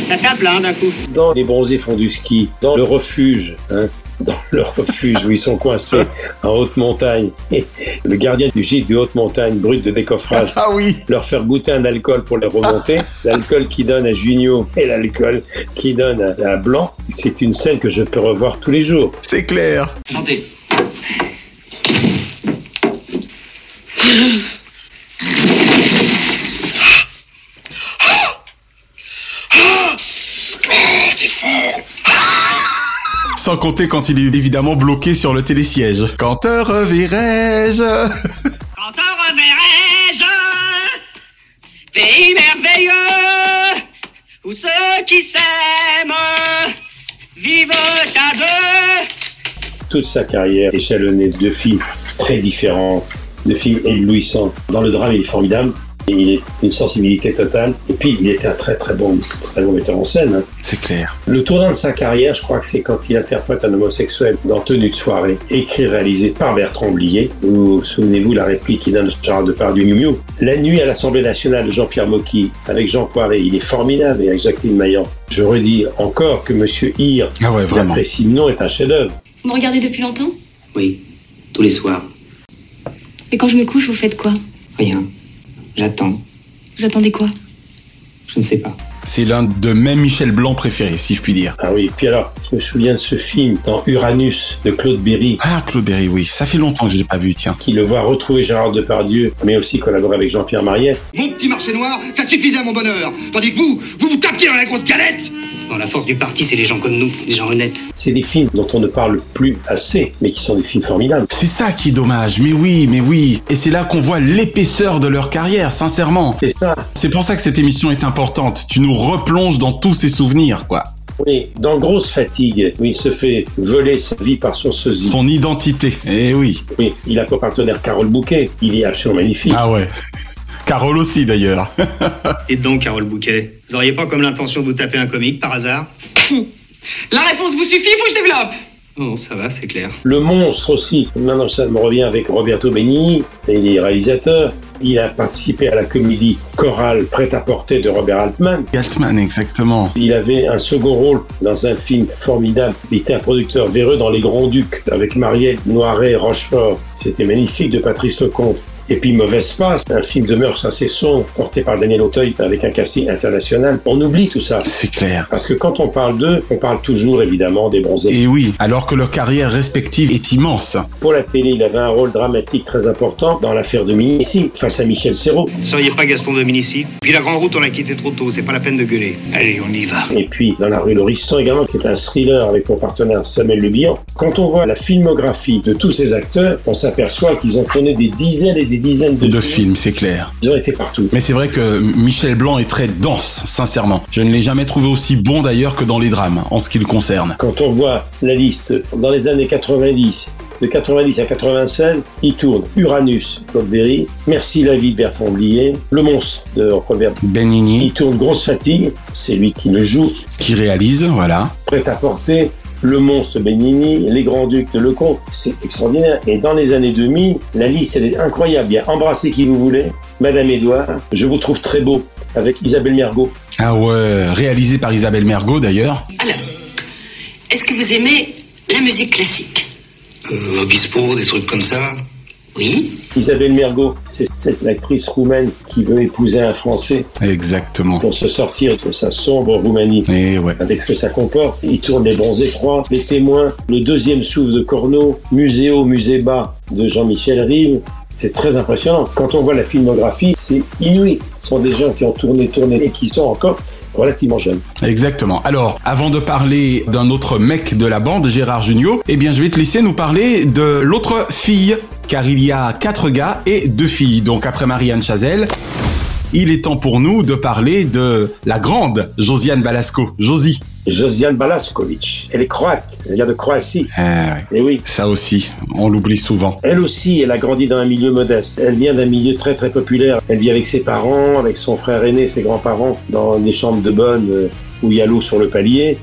Speaker 16: Ça tape là, hein, d'un coup.
Speaker 3: Dans les bronzés font du ski, dans le refuge, hein, dans leur refuge où ils sont coincés en haute montagne. Et le gardien du gîte de haute montagne, brut de décoffrage,
Speaker 4: ah oui.
Speaker 3: leur faire goûter un alcool pour les remonter. l'alcool qui donne à Junio et l'alcool qui donne à Blanc. C'est une scène que je peux revoir tous les jours.
Speaker 4: C'est clair.
Speaker 14: Santé.
Speaker 15: C'est fort.
Speaker 4: Sans compter quand il est évidemment bloqué sur le télésiège. Quand te reverrai-je
Speaker 16: Quand te reverrai-je Pays merveilleux Où ceux qui s'aiment vivent à deux
Speaker 3: Toute sa carrière échelonnée de films très différents, de films éblouissants. Dans le drame, il est formidable. Il est une sensibilité totale. Et puis, il était un très très bon, très bon metteur en scène. Hein.
Speaker 4: C'est clair.
Speaker 3: Le tournant de sa carrière, je crois que c'est quand il interprète un homosexuel dans Tenue de soirée, écrit réalisé par Bertrand Blier. Vous souvenez-vous la réplique qui donne Gérard Depardieu Miu La nuit à l'Assemblée nationale de Jean-Pierre Mocky avec Jean Poiret, il est formidable et avec Jacqueline Maillan. Je redis encore que Monsieur Hir,
Speaker 4: ah ouais,
Speaker 3: d'après Simon, est un chef-d'œuvre.
Speaker 17: Vous me regardez depuis longtemps
Speaker 14: Oui, tous les soirs.
Speaker 17: Et quand je me couche, vous faites quoi
Speaker 14: Rien. J'attends.
Speaker 17: Vous attendez quoi
Speaker 14: Je ne sais pas.
Speaker 4: C'est l'un de mes Michel Blanc préférés, si je puis dire.
Speaker 3: Ah oui, puis alors, je me souviens de ce film dans Uranus de Claude Berry.
Speaker 4: Ah, Claude Berry, oui, ça fait longtemps que je ne l'ai pas vu, tiens.
Speaker 3: Qui le voit retrouver Gérard Depardieu, mais aussi collaborer avec Jean-Pierre Mariette.
Speaker 10: Mon petit marché noir, ça suffisait à mon bonheur. Tandis que vous, vous vous tapiez dans la grosse galette
Speaker 16: Dans Oh, la force du parti, c'est les gens comme nous, des gens honnêtes.
Speaker 3: C'est des films dont on ne parle plus assez, mais qui sont des films formidables.
Speaker 4: C'est ça qui est dommage, mais oui, mais oui. Et c'est là qu'on voit l'épaisseur de leur carrière, sincèrement.
Speaker 3: C'est ça.
Speaker 4: C'est pour ça que cette émission est importante. Tu nous replonge dans tous ses souvenirs, quoi.
Speaker 3: Oui, dans grosse fatigue, où il se fait voler sa vie par son sosie.
Speaker 4: Son identité, eh oui.
Speaker 3: Oui, il a pour partenaire Carole Bouquet, il est absolument magnifique.
Speaker 4: Ah ouais. Carole aussi d'ailleurs.
Speaker 16: Et donc, Carole Bouquet, vous auriez pas comme l'intention de vous taper un comique par hasard
Speaker 11: La réponse vous suffit, faut que je développe.
Speaker 16: Non, ça va, c'est clair.
Speaker 3: Le monstre aussi. Maintenant, ça me revient avec Roberto Benigni, il est réalisateur. Il a participé à la comédie chorale prête à porter de Robert Altman.
Speaker 4: Altman, exactement.
Speaker 3: Il avait un second rôle dans un film formidable. Il était un producteur véreux dans Les Grands Ducs avec Marielle Noiret Rochefort. C'était magnifique de Patrice Lecomte. Et puis Mauvaise Passe, un film de mœurs assez sombre, porté par Daniel Auteuil avec un casting international. On oublie tout ça.
Speaker 4: C'est clair.
Speaker 3: Parce que quand on parle d'eux, on parle toujours évidemment des bronzés.
Speaker 4: Et oui, alors que leur carrière respective est immense.
Speaker 3: Pour la télé, il avait un rôle dramatique très important dans l'affaire de Minici, face à Michel Serrault.
Speaker 10: Seriez pas Gaston de Minici Puis la grande route, on l'a quitté trop tôt, c'est pas la peine de gueuler. Allez, on y va.
Speaker 3: Et puis dans la rue Lauriston également, qui est un thriller avec mon partenaire Samuel Le Bihan. Quand on voit la filmographie de tous ces acteurs, on s'aperçoit qu'ils ont tourné des dizaines et des dizaines de,
Speaker 4: de films, c'est clair.
Speaker 3: Ils ont été partout.
Speaker 4: Mais c'est vrai que Michel Blanc est très dense, sincèrement. Je ne l'ai jamais trouvé aussi bon d'ailleurs que dans les drames, en ce qui le concerne.
Speaker 3: Quand on voit la liste dans les années 90, de 90 à 96, il tourne Uranus, Claude Berry, Merci la vie de Bertrand Blier, Le monstre de Robert
Speaker 4: Benigni.
Speaker 3: Il tourne Grosse fatigue, c'est lui qui le joue.
Speaker 4: Qui réalise, voilà.
Speaker 3: Prêt à porter, le Monstre Benigni, Les Grands Ducs de Lecomte, c'est extraordinaire. Et dans les années 2000, la liste, elle est incroyable. Il y a Embrassez qui vous voulez, Madame Édouard, Je vous trouve très beau, avec Isabelle Mergot.
Speaker 4: Ah ouais, réalisé par Isabelle Mergot d'ailleurs.
Speaker 21: Alors, est-ce que vous aimez la musique classique
Speaker 10: euh, Obispo, des trucs comme ça
Speaker 21: Oui.
Speaker 3: Isabelle Mergot, c'est cette actrice roumaine qui veut épouser un Français.
Speaker 4: Exactement.
Speaker 3: Pour se sortir de sa sombre Roumanie.
Speaker 4: Et ouais.
Speaker 3: Avec ce que ça comporte. Il tourne Les Bronzés 3, Les Témoins, Le Deuxième Souffle de Corneau, Muséo, Musée Bas de Jean-Michel Rive. C'est très impressionnant. Quand on voit la filmographie, c'est inouï. Ce sont des gens qui ont tourné, tourné et qui sont encore relativement jeune.
Speaker 4: Exactement. Alors, avant de parler d'un autre mec de la bande, Gérard Junio, eh bien, je vais te laisser nous parler de l'autre fille, car il y a quatre gars et deux filles. Donc, après Marianne Chazelle, il est temps pour nous de parler de la grande Josiane Balasco. Josie.
Speaker 3: Josiane Balaskovic. Elle est croate. Elle vient de Croatie.
Speaker 4: Ah, oui.
Speaker 3: Et oui.
Speaker 4: Ça aussi, on l'oublie souvent.
Speaker 3: Elle aussi, elle a grandi dans un milieu modeste. Elle vient d'un milieu très très populaire. Elle vit avec ses parents, avec son frère aîné, ses grands-parents, dans des chambres de bonne euh, où il y a l'eau sur le palier.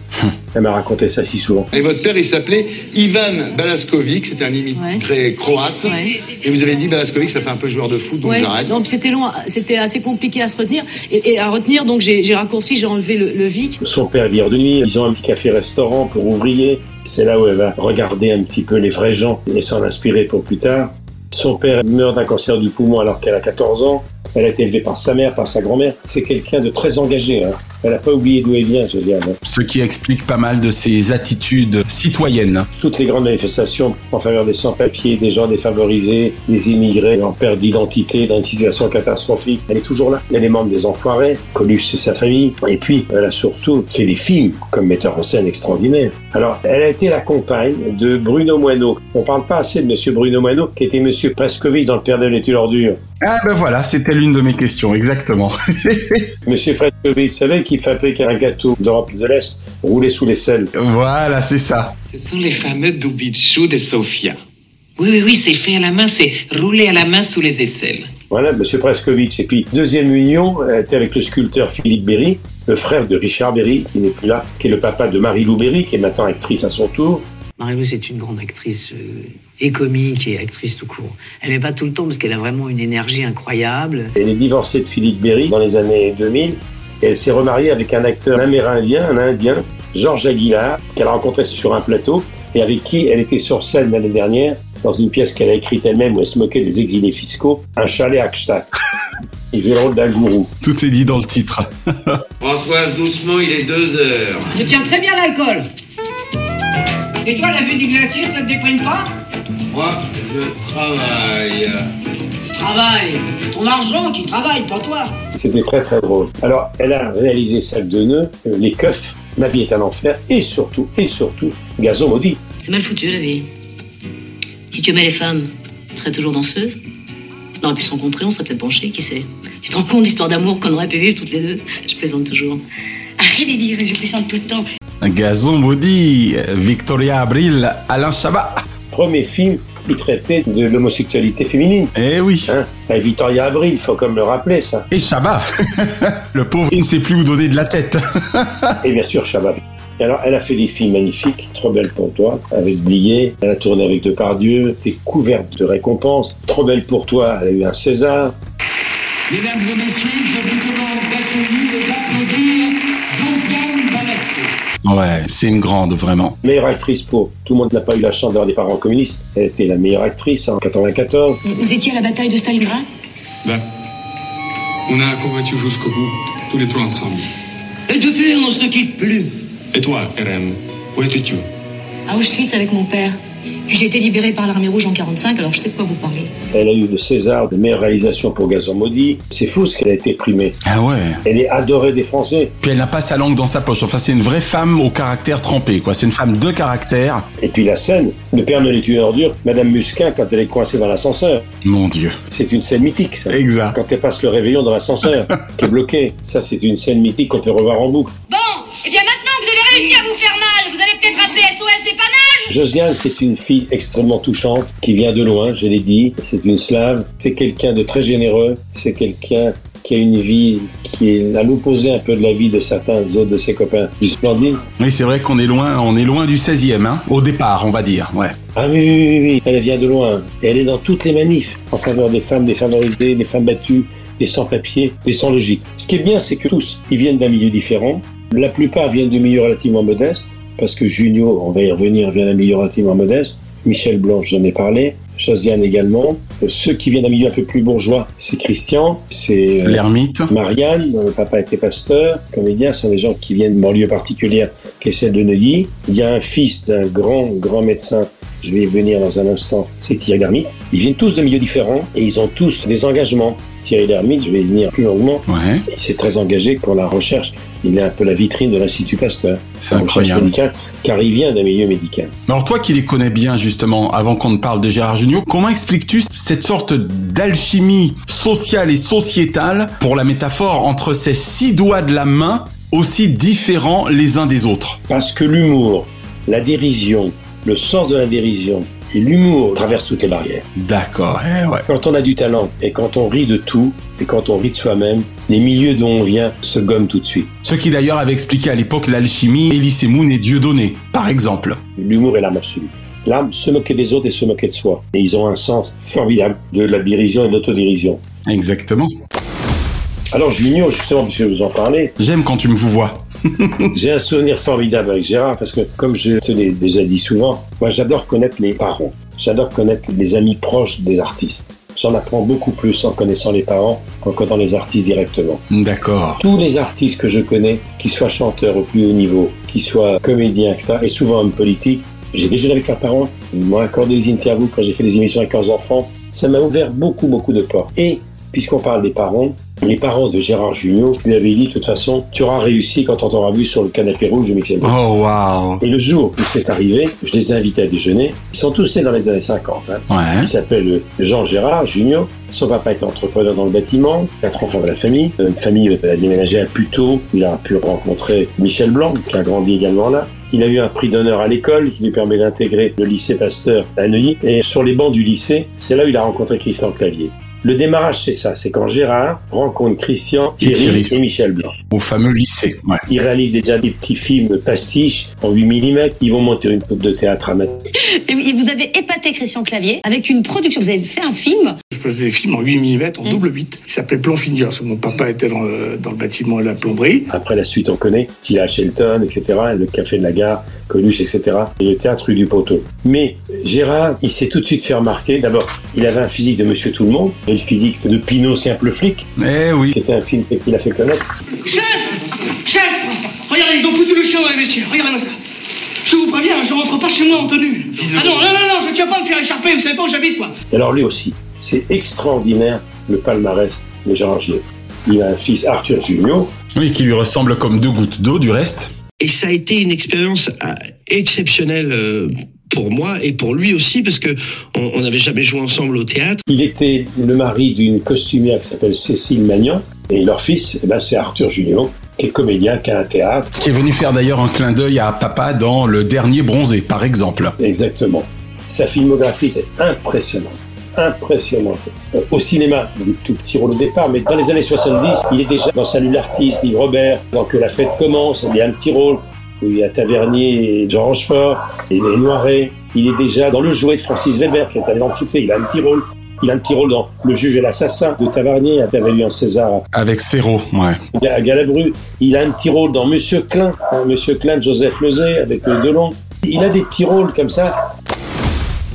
Speaker 3: Elle m'a raconté ça si souvent.
Speaker 15: Et votre père, il s'appelait Ivan Balaskovic, c'était un immigré ouais. croate. Ouais. Et vous avez dit Balaskovic, ça fait un peu joueur de foot, donc ouais. j'arrête.
Speaker 9: Non, c'était long, c'était assez compliqué à se retenir. Et, et à retenir, donc j'ai raccourci, j'ai enlevé le, le Vic.
Speaker 3: Son père vire de nuit, ils ont un petit café-restaurant pour ouvriers. C'est là où elle va regarder un petit peu les vrais gens et s'en inspirer pour plus tard. Son père meurt d'un cancer du poumon alors qu'elle a 14 ans. Elle a été élevée par sa mère, par sa grand-mère. C'est quelqu'un de très engagé. Hein. Elle n'a pas oublié d'où elle vient, je veux dire. Hein.
Speaker 4: Ce qui explique pas mal de ses attitudes citoyennes.
Speaker 3: Toutes les grandes manifestations en faveur des sans-papiers, des gens défavorisés, des immigrés en perte d'identité, dans une situation catastrophique, elle est toujours là. Elle est membre des Enfoirés, Coluche c'est sa famille. Et puis, elle a surtout fait des films comme metteur en scène extraordinaire. Alors, elle a été la compagne de Bruno Moineau. On parle pas assez de Monsieur Bruno Moineau, qui était Monsieur Prescovic dans Le Père de l'étude ordure.
Speaker 4: Ah ben voilà, c'était l'une de mes questions, exactement.
Speaker 3: Monsieur Frescovic savait qu'il fabrique un gâteau d'Europe de l'Est roulé sous les selles.
Speaker 4: Voilà, c'est ça.
Speaker 22: Ce sont les fameux doubichous de Sofia.
Speaker 21: Oui, oui, oui, c'est fait à la main, c'est roulé à la main sous les aisselles.
Speaker 3: Voilà, Monsieur Prescovitch. Et puis, deuxième union, elle était avec le sculpteur Philippe Berry, le frère de Richard Berry, qui n'est plus là, qui est le papa de Marie-Lou Berry, qui est maintenant actrice à son tour.
Speaker 23: Marie-Lou, c'est une grande actrice euh, et comique et actrice tout court. Elle n'est pas tout le temps parce qu'elle a vraiment une énergie incroyable.
Speaker 3: Elle est divorcée de Philippe Berry dans les années 2000 et elle s'est remariée avec un acteur amérindien, un indien, Georges Aguilar, qu'elle a rencontré sur un plateau et avec qui elle était sur scène l'année dernière dans une pièce qu'elle a écrite elle-même où elle se moquait des exilés fiscaux, un chalet à Kstatt. Il joue le rôle d'un gourou.
Speaker 4: Tout est dit dans le titre.
Speaker 22: Françoise, doucement, il est deux heures.
Speaker 24: Je tiens très bien l'alcool. Et toi, la vue du glacier, ça te déprime pas
Speaker 22: Moi, je travaille.
Speaker 24: Je travaille. Ton argent qui travaille, pas toi.
Speaker 3: C'était très très drôle. Alors, elle a réalisé Sac de nœuds, euh, Les Keufs, Ma vie est un enfer, et surtout, et surtout, Gazon maudit.
Speaker 21: C'est mal foutu la vie. Si tu aimais les femmes, tu serais toujours danseuse. On aurait pu se rencontrer, on serait peut-être penchés, qui sait. Tu te rends compte l'histoire d'amour qu'on aurait pu vivre toutes les deux Je plaisante toujours.
Speaker 18: Arrête de dire, je plaisante tout le temps.
Speaker 4: Gazon maudit, Victoria Abril, Alain Chabat.
Speaker 3: Premier film qui traitait de l'homosexualité féminine.
Speaker 4: Eh oui.
Speaker 3: Hein Et Victoria Abril, il faut comme le rappeler ça.
Speaker 4: Et Chabat. le pauvre, il ne sait plus où donner de la tête.
Speaker 3: Et bien sûr Chabat. Et alors, elle a fait des films magnifiques, Trop belle pour toi, avec Blier. Elle a tourné avec Depardieu, était couverte de récompenses. Trop belle pour toi, elle a eu un César.
Speaker 22: Mesdames et messieurs, je vous demande d'accueillir et d'applaudir Josiane Balasco.
Speaker 4: Ouais, c'est une grande, vraiment.
Speaker 3: Meilleure actrice pour. Tout le monde n'a pas eu la chance d'avoir des parents communistes. Elle était la meilleure actrice en 94.
Speaker 17: Vous étiez à la bataille de Stalingrad
Speaker 1: Ben, on a combattu jusqu'au bout, tous les trois ensemble.
Speaker 16: Et depuis, on ne se quitte plus.
Speaker 1: Et toi, Eren, où étais-tu
Speaker 17: À Auschwitz avec mon père. Puis j'ai été libérée par l'armée rouge en 45, alors je sais de quoi vous parlez.
Speaker 3: Elle a eu le César de meilleure réalisation pour Gazon Maudit. C'est fou ce qu'elle a été primée.
Speaker 4: Ah ouais
Speaker 3: Elle est adorée des Français.
Speaker 4: Puis elle n'a pas sa langue dans sa poche. Enfin, c'est une vraie femme au caractère trempé, quoi. C'est une femme de caractère.
Speaker 3: Et puis la scène, le père de l'étude ordure, Madame Musquin, quand elle est coincée dans l'ascenseur.
Speaker 4: Mon Dieu.
Speaker 3: C'est une scène mythique, ça.
Speaker 4: Exact.
Speaker 3: Quand elle passe le réveillon dans l'ascenseur, qui est bloqué. Ça, c'est une scène mythique qu'on peut revoir en boucle.
Speaker 18: Bon, et bien maintenant que vous avez réussi à vous faire mal, vous allez peut-être appeler SOS Dépannage
Speaker 3: Josiane, c'est une fille extrêmement touchante qui vient de loin, je l'ai dit. C'est une slave. C'est quelqu'un de très généreux. C'est quelqu'un qui a une vie qui est à l'opposé un peu de la vie de certains autres de ses copains du Splendide.
Speaker 4: Oui, c'est vrai qu'on est loin, on est loin du 16e, hein, au départ, on va dire, ouais.
Speaker 3: Ah oui, oui, oui, oui, elle vient de loin. Et elle est dans toutes les manifs en faveur des femmes défavorisées, des femmes battues, des sans-papiers, des sans-logis. Ce qui est bien, c'est que tous, ils viennent d'un milieu différent. La plupart viennent de milieux relativement modestes parce que Junio, on va y revenir, vient d'un milieu relativement modeste. Michel Blanche, j'en ai parlé. Josiane également. Euh, ceux qui viennent d'un milieu un peu plus bourgeois, c'est Christian, c'est
Speaker 4: euh, l'ermite.
Speaker 3: Marianne, dont le papa était pasteur, comédien, ce sont des gens qui viennent de banlieue particulière, qui est celle de Neuilly. Il y a un fils d'un grand, grand médecin, je vais y venir dans un instant, c'est Thierry Lhermitte. Ils viennent tous de milieux différents et ils ont tous des engagements. Thierry Lhermitte, je vais y venir plus longuement,
Speaker 4: ouais.
Speaker 3: il s'est très engagé pour la recherche il est un peu la vitrine de l'Institut Pasteur.
Speaker 4: C'est incroyable.
Speaker 3: Médicale, car il vient d'un milieu médical.
Speaker 4: Alors toi qui les connais bien justement, avant qu'on ne parle de Gérard Jugnot, comment expliques-tu cette sorte d'alchimie sociale et sociétale, pour la métaphore, entre ces six doigts de la main, aussi différents les uns des autres
Speaker 3: Parce que l'humour, la dérision, le sens de la dérision, et l'humour traverse toutes les barrières.
Speaker 4: D'accord, eh ouais.
Speaker 3: Quand on a du talent et quand on rit de tout et quand on rit de soi-même, les milieux dont on vient se gomment tout de suite.
Speaker 4: Ce qui d'ailleurs avait expliqué à l'époque l'alchimie, Élysée Moon et Dieudonné, par exemple.
Speaker 3: L'humour est l'âme absolue. L'âme, se moquer des autres et se moquer de soi. Et ils ont un sens formidable de la dérision et de l'autodérision.
Speaker 4: Exactement.
Speaker 3: Alors Junio, justement, puisque vous en parlez.
Speaker 4: J'aime quand tu me vous vois.
Speaker 3: J'ai un souvenir formidable avec Gérard parce que, comme je te l'ai déjà dit souvent, moi j'adore connaître les parents. J'adore connaître les amis proches des artistes. J'en apprends beaucoup plus en connaissant les parents qu'en connaissant les artistes directement.
Speaker 4: D'accord.
Speaker 3: Tous les artistes que je connais, qu'ils soient chanteurs au plus haut niveau, qu'ils soient comédiens, et souvent hommes politiques, j'ai déjeuné avec leurs parents, ils m'ont accordé des interviews quand j'ai fait des émissions avec leurs enfants. Ça m'a ouvert beaucoup, beaucoup de portes. Et, puisqu'on parle des parents, les parents de Gérard Jugnot lui avaient dit, de toute façon, tu auras réussi quand on t'aura vu sur le canapé rouge au Mexique.
Speaker 4: Oh, wow.
Speaker 3: Et le jour où c'est arrivé, je les ai invités à déjeuner. Ils sont tous nés dans les années 50. Hein.
Speaker 4: Ouais.
Speaker 3: Ils s'appellent Jean Gérard Jugnot. Son papa était entrepreneur dans le bâtiment, quatre enfants de la famille. Une famille euh, a déménagé à Puteaux. Il a pu rencontrer Michel Blanc, qui a grandi également là. Il a eu un prix d'honneur à l'école qui lui permet d'intégrer le lycée Pasteur à Neuilly. Et sur les bancs du lycée, c'est là où il a rencontré Christian Clavier. Le démarrage, c'est ça. C'est quand Gérard rencontre Christian, Thierry, Thierry. et Michel Blanc.
Speaker 4: Au fameux lycée. Ouais.
Speaker 3: Ils réalisent déjà des petits films pastiches en 8 mm. Ils vont monter une coupe de théâtre à mettre.
Speaker 17: Et vous avez épaté Christian Clavier avec une production. Vous avez fait un film.
Speaker 5: Je faisais des films en 8 mm, en mmh. double 8. Il s'appelait Plomfinger. Mon papa était dans le, dans le bâtiment à la plomberie.
Speaker 3: Après la suite, on connaît Tilla Shelton, etc. Le Café de la Gare. Coluche, etc. et le théâtre rue du Poteau. Mais Gérard, il s'est tout de suite fait remarquer. D'abord, il avait un physique de Monsieur Tout le Monde, et le physique de Pinot, simple flic.
Speaker 4: Eh oui.
Speaker 3: C'était un film qu'il a fait connaître.
Speaker 16: Chef Chef Regardez, ils ont foutu le chien dans les vestiaires. Regardez-moi ça. Je vous préviens, je rentre pas chez moi en tenue. Ah non, non, non, non, je tiens pas à me faire écharper. Vous savez pas où j'habite, quoi.
Speaker 3: Alors lui aussi, c'est extraordinaire le palmarès de Gérard Gillet. Il a un fils, Arthur Junior.
Speaker 4: Oui, qui lui ressemble comme deux gouttes d'eau, du reste.
Speaker 8: Et ça a été une expérience euh, exceptionnelle euh, pour moi et pour lui aussi, parce que on n'avait jamais joué ensemble au théâtre.
Speaker 3: Il était le mari d'une costumière qui s'appelle Cécile Magnan, et leur fils, eh c'est Arthur Julien, qui est comédien, qui a un théâtre.
Speaker 4: Qui est venu faire d'ailleurs un clin d'œil à papa dans Le Dernier Bronzé, par exemple.
Speaker 3: Exactement. Sa filmographie est impressionnante impressionnante. Euh, Au cinéma, il tout petit rôle au départ, mais dans les années 70, il est déjà dans Salut l'artiste, il Robert, dans Que la fête commence, il y a un petit rôle où il y a Tavernier et Jean Rochefort, et les Noiret. Il est déjà dans Le jouet de Francis Weber, qui est un énorme succès, il a un petit rôle. Il a un petit rôle dans Le juge et l'assassin de Tavernier, avait eu un César.
Speaker 4: Avec Serrault, ouais.
Speaker 3: Il a- Galabru. Il a un petit rôle dans Monsieur Klein, hein, Monsieur Klein de Joseph Lezay avec euh, Delon. Il a des petits rôles comme ça.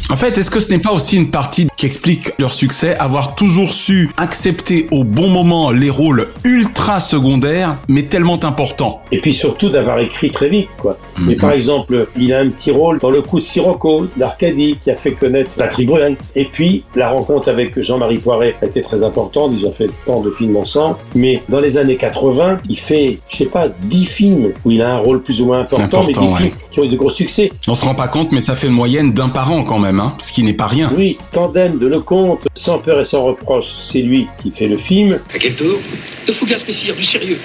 Speaker 4: En fait, est-ce que ce n'est pas aussi une partie qui explique leur succès, avoir toujours su accepter au bon moment les rôles ultra secondaires, mais tellement importants
Speaker 3: Et puis surtout d'avoir écrit très vite, quoi. Mais
Speaker 4: Mhm.
Speaker 3: par exemple, il a un petit rôle dans le coup de Sirocco, d'Arcadie, qui a fait connaître Patrick Bruel. Et puis, la rencontre avec Jean-Marie Poiret a été très importante. Ils ont fait tant de films ensemble. Mais dans les années 80, il fait, je sais pas, 10 films où il a un rôle plus ou moins important, mais 10
Speaker 4: Important, ouais.
Speaker 3: films qui ont eu de gros succès.
Speaker 4: On se rend pas compte, mais ça fait une moyenne d'un par an quand même, hein, ce qui n'est pas rien.
Speaker 3: Oui, tandem de Lecomte, sans peur et sans reproche, c'est lui qui fait le film.
Speaker 10: À quel tour
Speaker 23: De Fougas Messire, du sérieux.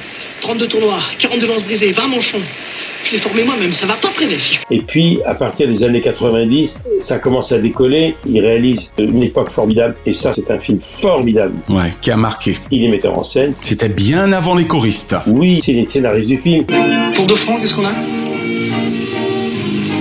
Speaker 23: 32 tournois, 42 lances brisées, 20 manchons. Je l'ai formé moi-même, ça va pas traîner si je
Speaker 3: Et puis, à partir des années 90, ça commence à décoller. Il réalise une époque formidable. Et ça, c'est un film formidable.
Speaker 4: Ouais, qui a marqué.
Speaker 3: Il est metteur en scène.
Speaker 4: C'était bien avant les choristes.
Speaker 3: Oui, c'est les scénaristes du film.
Speaker 5: Pour deux francs, qu'est-ce qu'on a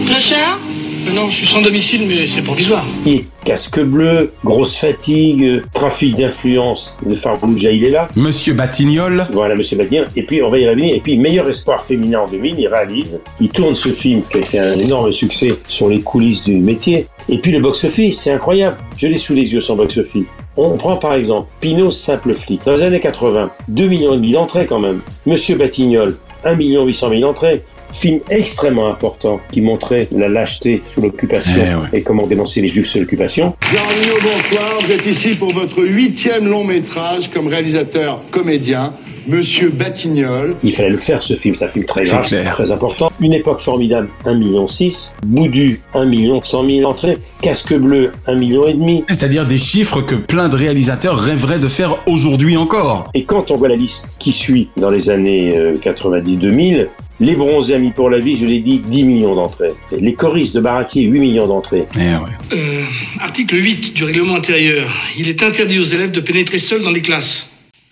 Speaker 23: Le char
Speaker 5: Euh, Non, je suis sans domicile, mais c'est provisoire.
Speaker 3: Il est casque bleu, grosse fatigue, euh, trafic d'influence de Farrouja, il est là.
Speaker 4: Monsieur Batignol.
Speaker 3: Voilà, Monsieur Batignol. Et puis, on va y revenir. Et puis, Meilleur espoir féminin en 2000, il réalise. Il tourne ce film qui a été un énorme succès sur les coulisses du métier. Et puis, le box-office, c'est incroyable. Je l'ai sous les yeux, son box-office. On prend par exemple Pinot Simple Flic. Dans les années 80, 2 millions et demi d'entrées quand même. Monsieur Batignol, 1 million 800 000 entrées. Film extrêmement important qui montrait la lâcheté sous l'occupation et comment dénoncer les juifs sous l'occupation.
Speaker 15: Bienvenue au bonsoir, vous êtes ici pour votre huitième long métrage comme réalisateur comédien, Monsieur Batignol.
Speaker 3: Il fallait le faire ce film, c'est un film très
Speaker 15: C'est
Speaker 3: grave,
Speaker 15: clair.
Speaker 3: très important. Une époque formidable, 1,6 million. Boudu, 1 million 100 000 entrées. Casque bleu, 1 million et demi.
Speaker 4: C'est-à-dire des chiffres que plein de réalisateurs rêveraient de faire aujourd'hui encore.
Speaker 3: Et quand on voit la liste qui suit dans les années 90-2000, Les Bronzés Amis pour la Vie, je l'ai dit, 10 millions d'entrées. Les Choristes de Baratier, 8 millions d'entrées.
Speaker 4: Eh
Speaker 5: Euh, article 8 du règlement intérieur. Il est interdit aux élèves de pénétrer seuls dans les classes.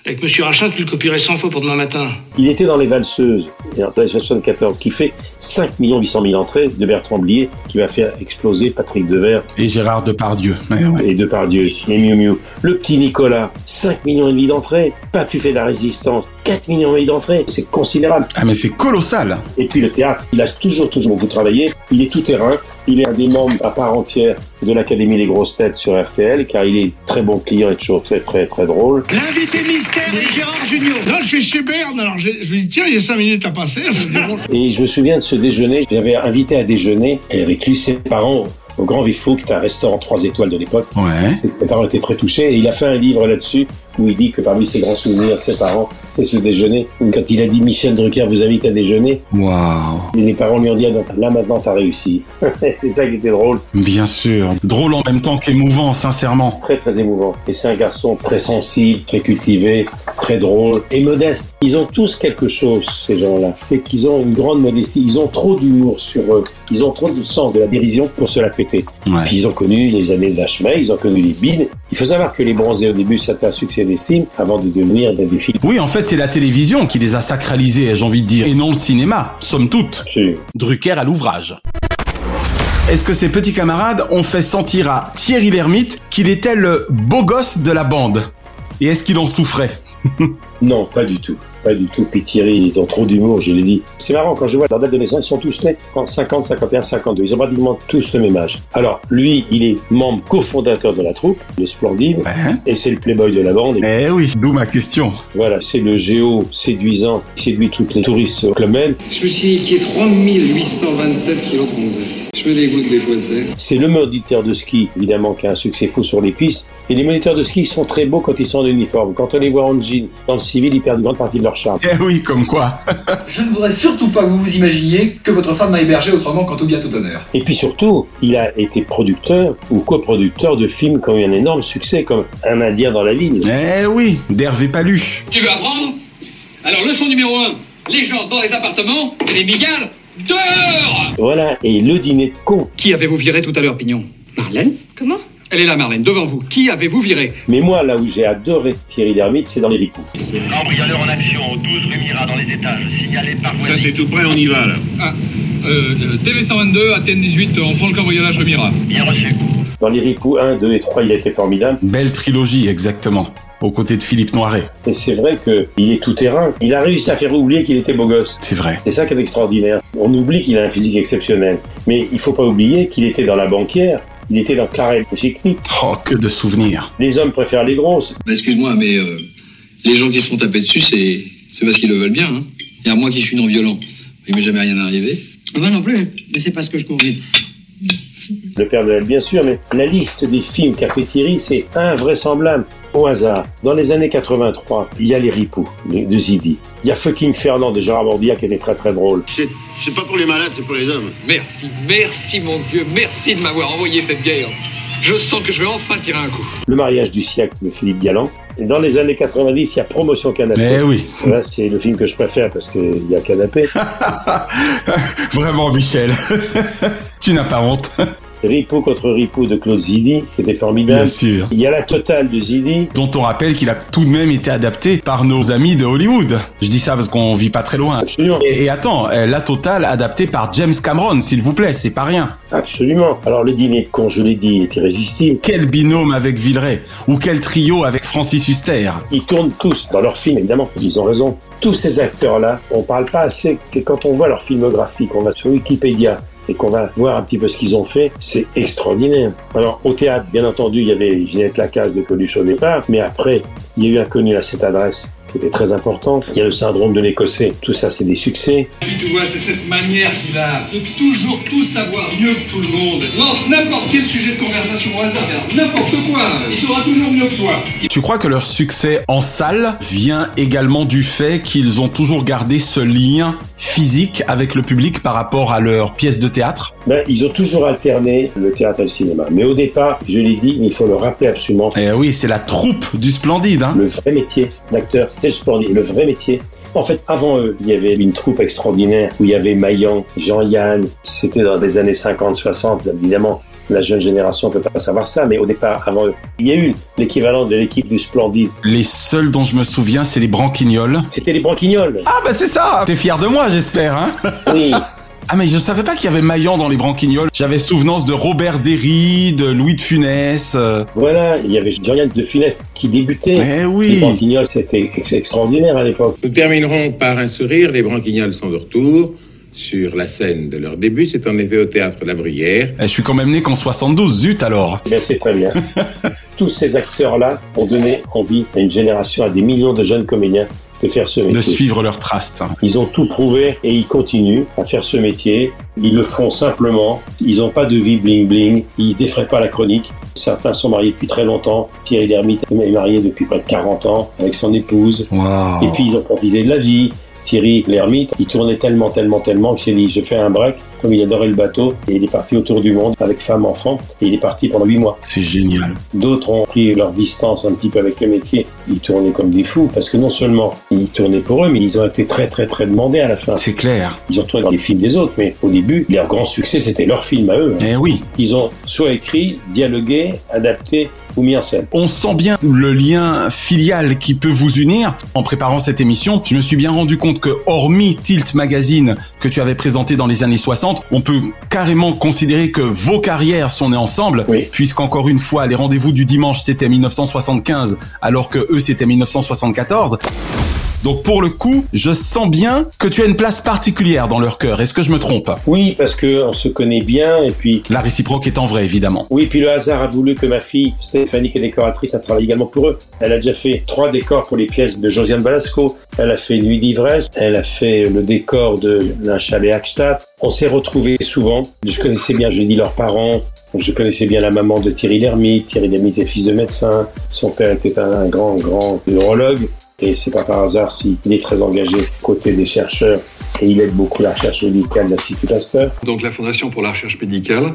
Speaker 5: Avec Monsieur Rachin, tu le copierais 100 fois pour demain matin.
Speaker 3: Il était dans Les Valseuses, et en 1974, qui fait 5 millions 800 000 entrées de Bertrand Blier, qui va faire exploser Patrick Devers
Speaker 4: Et Gérard Depardieu. Ouais, ouais.
Speaker 3: et Depardieu et Miu Miu. Le petit Nicolas, 5 millions et demi d'entrées. Pas tu fais de la résistance, 4 millions et demi d'entrées. C'est considérable.
Speaker 4: Ah mais c'est colossal.
Speaker 3: Et puis le théâtre, il a toujours, toujours beaucoup travaillé. Il est tout terrain. Il est un des membres à part entière de l'Académie des Grosses Têtes sur RTL, car il est très bon client et toujours très, très, très drôle.
Speaker 5: L'invité mystère est Gérard Junior. Non, je suis chez Berne, alors je, je lui dis tiens, il y a 5 minutes à passer. Je me dis, bon.
Speaker 3: Et je me souviens de ce déjeuner, j'avais invité à déjeuner, et avec lui, ses parents, au Grand Vifou, qui était un restaurant 3 étoiles de l'époque. Ses parents étaient très touchés, et il a fait un livre là-dessus, où il dit que parmi ses grands souvenirs, ses parents, c'est ce déjeuner, où quand il a dit Michel Drucker vous invite à déjeuner,
Speaker 4: Waouh.
Speaker 3: et les parents lui ont dit, ah, donc là maintenant t'as réussi. c'est ça qui était drôle.
Speaker 4: Bien sûr. Drôle en même temps qu'émouvant, sincèrement.
Speaker 3: Très très émouvant. Et c'est un garçon très sensible, très cultivé, très drôle et modeste. Ils ont tous quelque chose, ces gens-là. C'est qu'ils ont une grande modestie. Ils ont trop d'humour sur eux. Ils ont trop de sens de la dérision pour se la péter. Puis Ah, ils ont connu les années de la chemin, ils ont connu les bides. Il faut savoir que les bronzés au début, ça fait un succès d'estime avant de devenir des défis.
Speaker 4: Oui, en fait, c'est la télévision qui les a sacralisés, j'ai envie de dire, et non le cinéma, somme toute. Drucker à l'ouvrage. Est-ce que ses petits camarades ont fait sentir à Thierry Lhermitte qu'il était le beau gosse de la bande Et est-ce qu'il en souffrait
Speaker 3: Non, pas du tout. Pas du tout. Puis Thierry, ils ont trop d'humour, je l'ai dit. C'est marrant, quand je vois leur date de naissance, ils sont tous nés en 50, 51, 52. Ils ont pratiquement tous le même âge. Alors, lui, il est membre cofondateur de la troupe, le Splendide, et c'est le playboy de la bande.
Speaker 4: Ben, Eh oui, d'où ma question.
Speaker 3: Voilà, c'est le géo séduisant, qui séduit toutes les touristes au club Med.
Speaker 20: Je me suis niqué 3827 kilos de gonzesse. Je me dégoûte des fois, tu sais.
Speaker 3: C'est le moniteur de ski, évidemment, qui a un succès fou sur les pistes. Et les moniteurs de ski sont très beaux quand ils sont en uniforme. Quand on les voit en jean, dans le civil, ils perdent une grande partie de leur charme.
Speaker 4: Eh oui, comme quoi.
Speaker 2: Je ne voudrais surtout pas que vous vous imaginiez que votre femme m'a hébergé autrement qu'en tout bien tout honneur.
Speaker 3: Et puis surtout, il a été producteur ou coproducteur de films qui ont eu un énorme succès, comme Un Indien dans la ville.
Speaker 4: Eh oui, d'Hervé Palu.
Speaker 20: Tu veux apprendre Alors, leçon numéro 1. Les gens dans les appartements et les migales dehors
Speaker 3: Voilà, et le dîner de con.
Speaker 20: Qui avez-vous viré tout à l'heure, Pignon Marlène Comment Elle est là, Marlène, devant vous. Qui avez-vous viré
Speaker 3: Mais moi, là où j'ai adoré Thierry Lhermitte, c'est dans les ripoux.
Speaker 7: Cambrioleur en action, 12 rue Mira dans les étages, signalé par
Speaker 3: Ça, c'est tout près, on y va, là.
Speaker 20: Ah, euh,
Speaker 7: TV 122, Athènes 18, on prend le cambriolage rue Mira. Bien reçu.
Speaker 3: Dans les Ripoux 1, 2 et 3, il a été formidable.
Speaker 4: Belle trilogie, exactement. Aux côtés de Philippe Noiret.
Speaker 3: Et c'est vrai qu'il est tout terrain. Il a réussi à faire oublier qu'il était beau gosse.
Speaker 4: C'est vrai.
Speaker 3: C'est ça qui est extraordinaire. On oublie qu'il a un physique exceptionnel. Mais il faut pas oublier qu'il était dans la banquière. Il était dans Clarel Chickney.
Speaker 4: Oh, que de souvenirs.
Speaker 3: Les hommes préfèrent les grosses.
Speaker 19: Bah, Excuse-moi, mais euh, les gens qui se font taper dessus, c'est c'est parce qu'ils le veulent bien. Hein. Et à moi qui suis non-violent, il m'est jamais rien arrivé.
Speaker 20: Ah,
Speaker 24: Moi non plus, mais c'est pas ce que je convie.
Speaker 3: Le Père Noël, bien sûr, mais la liste des films qu'a fait Thierry, c'est invraisemblable. Au hasard, dans les années 83, il y a Les Ripoux de, de Zidi. Il y a Fucking Fernand de Gérard Bordia qui était très très drôle.
Speaker 6: C'est pas pour les malades, c'est pour les hommes.
Speaker 20: Merci, merci mon Dieu, merci de m'avoir envoyé cette guerre. Je sens que je vais enfin tirer un coup.
Speaker 3: Le mariage du siècle de Philippe Galland. Et dans les années 90, il y a Promotion Canapé.
Speaker 4: Eh oui.
Speaker 3: Là, c'est le film que je préfère parce qu'il y a Canapé.
Speaker 4: Vraiment, Michel. tu n'as pas honte.
Speaker 3: Ripo contre Ripo de Claude Zidi, qui était formidable.
Speaker 4: Bien sûr.
Speaker 3: Il y a la totale de Zidi.
Speaker 4: Dont on rappelle qu'il a tout de même été adapté par nos amis de Hollywood. Je dis ça parce qu'on vit pas très loin.
Speaker 3: Absolument.
Speaker 4: Et, et attends, euh, la totale adaptée par James Cameron, s'il vous plaît, c'est pas rien.
Speaker 3: Absolument. Alors le dîner de con, je l'ai dit, est irrésistible.
Speaker 4: Quel binôme avec Villeray ou quel trio avec Francis Huster.
Speaker 3: Ils tournent tous dans leur film, évidemment. Ils ont raison. Tous ces acteurs-là, on parle pas assez. C'est quand on voit leur filmographie qu'on va sur Wikipédia, et qu'on va voir un petit peu ce qu'ils ont fait, c'est extraordinaire. Alors, au théâtre, bien entendu, il y avait Ginette Lacasse de Coluche au départ, mais après, il y a eu Inconnu à cette adresse qui était très important. Il y a le syndrome de l'Écossais. Tout ça, c'est des succès.
Speaker 20: Puis, tu vois, c'est cette manière qu'il a de toujours tout savoir mieux que tout le monde. Lance n'importe quel sujet de conversation au hasard, alors, n'importe quoi. Il saura toujours mieux que toi.
Speaker 4: Tu crois que leur succès en salle vient également du fait qu'ils ont toujours gardé ce lien physique avec le public par rapport à leurs pièces de théâtre
Speaker 3: ben, Ils ont toujours alterné le théâtre et le cinéma. Mais au départ, je l'ai dit, il faut le rappeler absolument.
Speaker 4: Eh oui, c'est la troupe du Splendide. Hein
Speaker 3: le vrai métier d'acteur, c'est le Splendide, le vrai métier. En fait, avant eux, il y avait une troupe extraordinaire où il y avait Maillan, Jean-Yann. C'était dans les années 50-60, évidemment. La jeune génération ne peut pas savoir ça, mais au départ, avant eux, il y a eu l'équivalent de l'équipe du Splendide.
Speaker 4: Les seuls dont je me souviens, c'est les Branquignoles.
Speaker 3: C'était les Branquignoles.
Speaker 4: Ah bah c'est ça T'es fier de moi, j'espère, hein
Speaker 3: Oui.
Speaker 4: Ah mais je savais pas qu'il y avait Maillan dans les Branquignoles. J'avais souvenance de Robert Derry, de Louis de Funès. euh.
Speaker 3: Voilà, il y avait Jean-Yann de Funès qui débutait.
Speaker 4: Eh oui.
Speaker 3: Les Branquignoles, c'était ex- extraordinaire à l'époque.
Speaker 12: Nous terminerons par un sourire. Les branquignoles sont de retour sur la scène de leur début. C'est en effet au théâtre La Bruyère.
Speaker 4: Eh, Je suis quand même né qu'en 72, zut alors.
Speaker 3: Eh bien, c'est très bien. Tous ces acteurs-là ont donné envie à une génération, à des millions de jeunes comédiens de faire ce métier.
Speaker 4: De suivre leurs traces.
Speaker 3: Ils ont tout prouvé et ils continuent à faire ce métier. Ils le font simplement. Ils n'ont pas de vie bling bling. Ils défraient pas la chronique. Certains sont mariés depuis très longtemps. Thierry Lhermitte est marié depuis près de 40 ans avec son épouse.
Speaker 4: Waouh.
Speaker 3: Et puis ils ont profité de la vie. Thierry l'ermite, il tournait tellement, tellement, tellement qu'il s'est dit je fais un break, comme il adorait le bateau, et il est parti autour du monde avec femme, enfant, et il est parti pendant huit mois.
Speaker 4: C'est génial.
Speaker 3: D'autres ont pris leur distance un petit peu avec le métier. Ils tournaient comme des fous parce que non seulement ils tournaient pour eux, mais ils ont été très très très demandés à la fin.
Speaker 4: C'est clair.
Speaker 3: Ils ont tourné dans les films des autres, mais au début, leur grand succès, c'était leur film à eux. hein.
Speaker 4: Eh oui.
Speaker 3: Ils ont soit écrit, dialogué, adapté ou mis en scène.
Speaker 4: On sent bien le lien filial qui peut vous unir. En préparant cette émission, je me suis bien rendu compte que hormis Tilt Magazine que tu avais présenté dans les années 60, on peut carrément considérer que vos carrières sont nées ensemble,
Speaker 3: Oui.
Speaker 4: puisqu'encore une fois, les rendez-vous du dimanche c'était 1975, alors que eux c'était 1974. Donc pour le coup, je sens bien que tu as une place particulière dans leur cœur. Est-ce que je me trompe
Speaker 3: Oui, parce que on se connaît bien et puis
Speaker 4: La réciproque étant vraie, évidemment.
Speaker 3: Oui, puis le hasard a voulu que ma fille, Stéphanie, qui est décoratrice, elle travaille également pour eux. Elle a déjà fait trois décors pour les pièces de Josiane Balasco. Elle a fait Nuit d'ivresse. Elle a fait le décor de d'un chalet Hackstadt. On s'est retrouvés souvent. Je connaissais bien, je dis leurs parents. Je connaissais bien la maman de Thierry Lhermitte. Thierry Lhermitte est fils de médecin. Son père était un, un grand, grand neurologue. Et c'est pas par hasard s'il est très engagé côté des chercheurs et il aide beaucoup la recherche médicale de l'Institut Pasteur.
Speaker 13: Donc la Fondation pour la recherche médicale,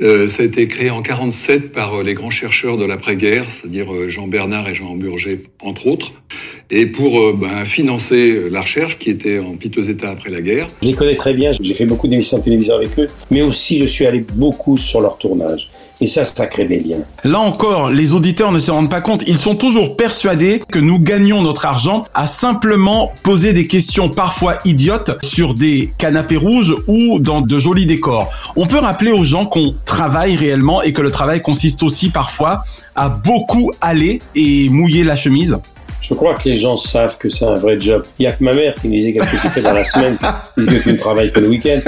Speaker 13: euh, ça a été créé en 47 par euh, les grands chercheurs de l'après-guerre, c'est-à-dire euh, Jean Bernard et Jean Burger entre autres, et pour euh, ben, financer euh, la recherche qui était en piteux état après la guerre.
Speaker 3: Je les connais très bien, j'ai fait beaucoup d'émissions de télévision avec eux, mais aussi je suis allé beaucoup sur leur tournage. Et ça, ça crée des liens.
Speaker 4: Là encore, les auditeurs ne se rendent pas compte. Ils sont toujours persuadés que nous gagnons notre argent à simplement poser des questions parfois idiotes sur des canapés rouges ou dans de jolis décors. On peut rappeler aux gens qu'on travaille réellement et que le travail consiste aussi parfois à beaucoup aller et mouiller la chemise.
Speaker 3: Je crois que les gens savent que c'est un vrai job. Il n'y a que ma mère qui me disait qu'est-ce que tu fais dans la semaine, puisque tu ne travailles que le week-end.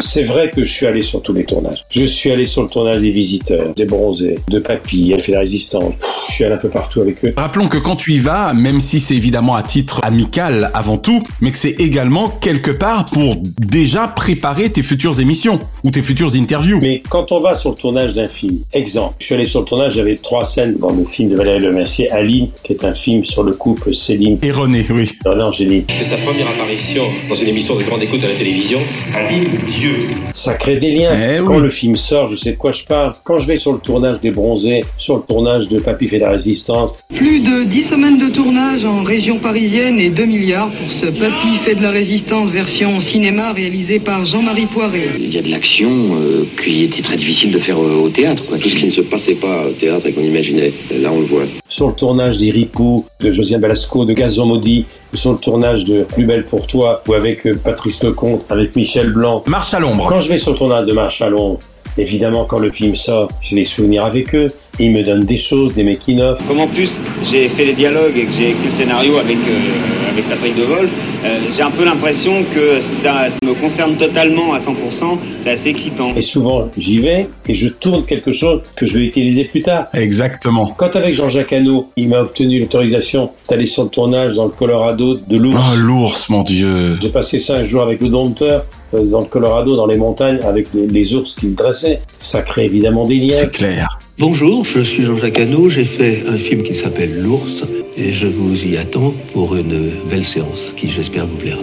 Speaker 3: C'est vrai que je suis allé sur tous les tournages. Je suis allé sur le tournage des visiteurs, des bronzés, de papy, elle fait la résistance. Je suis allé un peu partout avec eux.
Speaker 4: Rappelons que quand tu y vas, même si c'est évidemment à titre amical avant tout, mais que c'est également quelque part pour déjà préparer tes futures émissions ou tes futures interviews.
Speaker 3: Mais quand on va sur le tournage d'un film, exemple, je suis allé sur le tournage, j'avais trois scènes dans le film de Valérie Lemercier, Aline, qui est un film sur le couple Céline
Speaker 4: et René, oui.
Speaker 3: Non, non, Céline.
Speaker 21: C'est sa première apparition dans une émission de grande écoute à la télévision. Aline, Dieu.
Speaker 3: Ça crée des liens.
Speaker 4: Eh
Speaker 3: Quand
Speaker 4: oui.
Speaker 3: le film sort, je sais de quoi je parle. Quand je vais sur le tournage des Bronzés, sur le tournage de Papy fait la résistance,
Speaker 9: Plus de 10 semaines de tournage en région parisienne et 2 milliards pour ce Papy fait de la résistance version cinéma réalisé par Jean-Marie Poiré.
Speaker 21: Il y a de l'action euh, qui était très difficile de faire euh, au théâtre. quoi. Tout ce qui ne se passait pas au théâtre et qu'on imaginait, là on le voit.
Speaker 3: sur le tournage des Ripoux, de Josiane Balasco, de Gazon Maudit, sur le tournage de Plus belle pour toi, ou avec euh, Patrice Lecomte, avec Michel Blanc.
Speaker 4: Marche à l'ombre.
Speaker 3: Quand je vais sur le tournage de Marche à l'ombre, évidemment, quand le film sort, j'ai des souvenirs avec eux, et ils me donnent des choses, des making-of.
Speaker 11: Comme en plus j'ai fait les dialogues et que j'ai écrit le scénario avec, euh, avec Patrick Devol, euh, j'ai un peu l'impression que ça, ça me concerne totalement à 100%, c'est assez excitant.
Speaker 3: Et souvent, j'y vais et je tourne quelque chose que je vais utiliser plus tard.
Speaker 4: Exactement.
Speaker 3: Quand avec Jean-Jacques Hano, il m'a obtenu l'autorisation d'aller sur le tournage dans le Colorado de l'ours.
Speaker 4: Oh, l'ours, mon dieu.
Speaker 3: J'ai passé cinq jours avec le dompteur euh, dans le Colorado, dans les montagnes, avec les, les ours qu'il dressait. Ça crée évidemment des liens.
Speaker 4: C'est clair.
Speaker 14: Bonjour, je suis Jean-Jacques Hano, j'ai fait un film qui s'appelle L'ours et je vous y attends pour une belle séance qui j'espère vous plaira.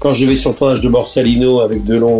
Speaker 3: Quand je vais sur le tournage de Borsalino avec Delon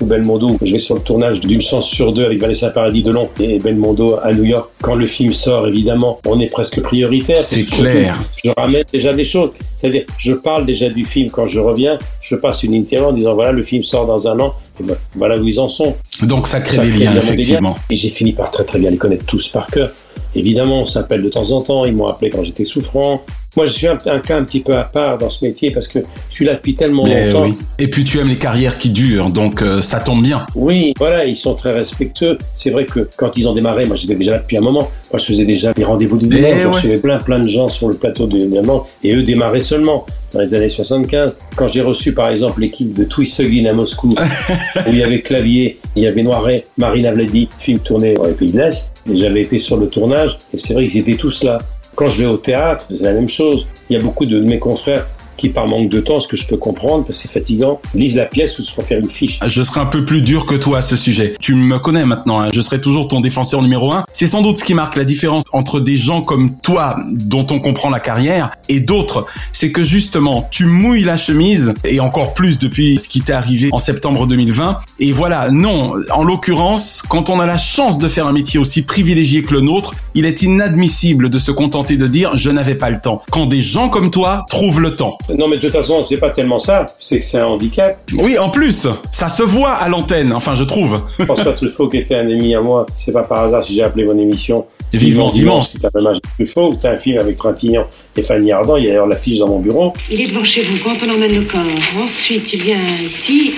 Speaker 3: ou Belmondo, je vais sur le tournage d'une chance sur deux avec Vanessa Paradis, Delon et Belmondo à New York. Quand le film sort, évidemment, on est presque prioritaire.
Speaker 4: C'est
Speaker 3: Parce que surtout,
Speaker 4: clair.
Speaker 3: Je ramène déjà des choses. C'est-à-dire, je parle déjà du film quand je reviens, je passe une interview en disant voilà, le film sort dans un an, et ben, voilà où ils en sont.
Speaker 4: Donc ça crée
Speaker 3: Ça
Speaker 4: des
Speaker 3: crée
Speaker 4: liens,
Speaker 3: évidemment des
Speaker 4: effectivement.
Speaker 3: liens. Et j'ai fini par très très bien les connaître tous par cœur. Évidemment, on s'appelle de temps en temps, ils m'ont appelé quand j'étais souffrant. Moi, je suis un, un cas un petit peu à part dans ce métier parce que je suis là depuis tellement
Speaker 4: Mais
Speaker 3: longtemps.
Speaker 4: oui. Et puis tu aimes les carrières qui durent, donc euh, ça tombe bien.
Speaker 3: Oui, voilà, ils sont très respectueux. C'est vrai que quand ils ont démarré, moi j'étais déjà là depuis un moment. Moi je faisais déjà des rendez-vous du
Speaker 4: Eh
Speaker 3: dimanche, je
Speaker 4: ouais.
Speaker 3: recevais plein plein de gens sur le plateau de dimanche et eux démarraient seulement dans les années 75. Quand j'ai reçu par exemple l'équipe de Twistogin à Moscou, où il y avait Clavier, il y avait Noiret, Marina Vladi, film tourné dans les pays de l'Est, et j'avais été sur le tournage et c'est vrai qu'ils étaient tous là. Quand je vais au théâtre, c'est la même chose. Il y a beaucoup de mes confrères qui, par manque de temps, ce que je peux comprendre, parce que c'est fatigant, lisent la pièce ou se font faire une fiche.
Speaker 4: Je serai un peu plus dur que toi à ce sujet. Tu me connais maintenant, hein. je serai toujours ton défenseur numéro un. C'est sans doute ce qui marque la différence entre des gens comme toi, dont on comprend la carrière, et d'autres. C'est que justement, tu mouilles la chemise, et encore plus depuis ce qui t'est arrivé en septembre 2020. Et voilà, non, en l'occurrence, quand on a la chance de faire un métier aussi privilégié que le nôtre, il est inadmissible de se contenter de dire je n'avais pas le temps. Quand des gens comme toi trouvent le temps.
Speaker 3: Non, mais de toute façon, c'est pas tellement ça, c'est que c'est un handicap.
Speaker 4: Oui, en plus, ça se voit à l'antenne, enfin je trouve.
Speaker 3: François Truffaut, qui était un ami à moi, c'est pas par hasard si j'ai appelé mon émission.
Speaker 4: Et vivement dimanche.
Speaker 3: C'est un hommage à Truffaut, où t'as un film avec Trintignant et Fanny Ardant, il y a d'ailleurs l'affiche dans mon bureau.
Speaker 25: Il est devant chez vous quand on emmène le corps. Ensuite, il vient ici.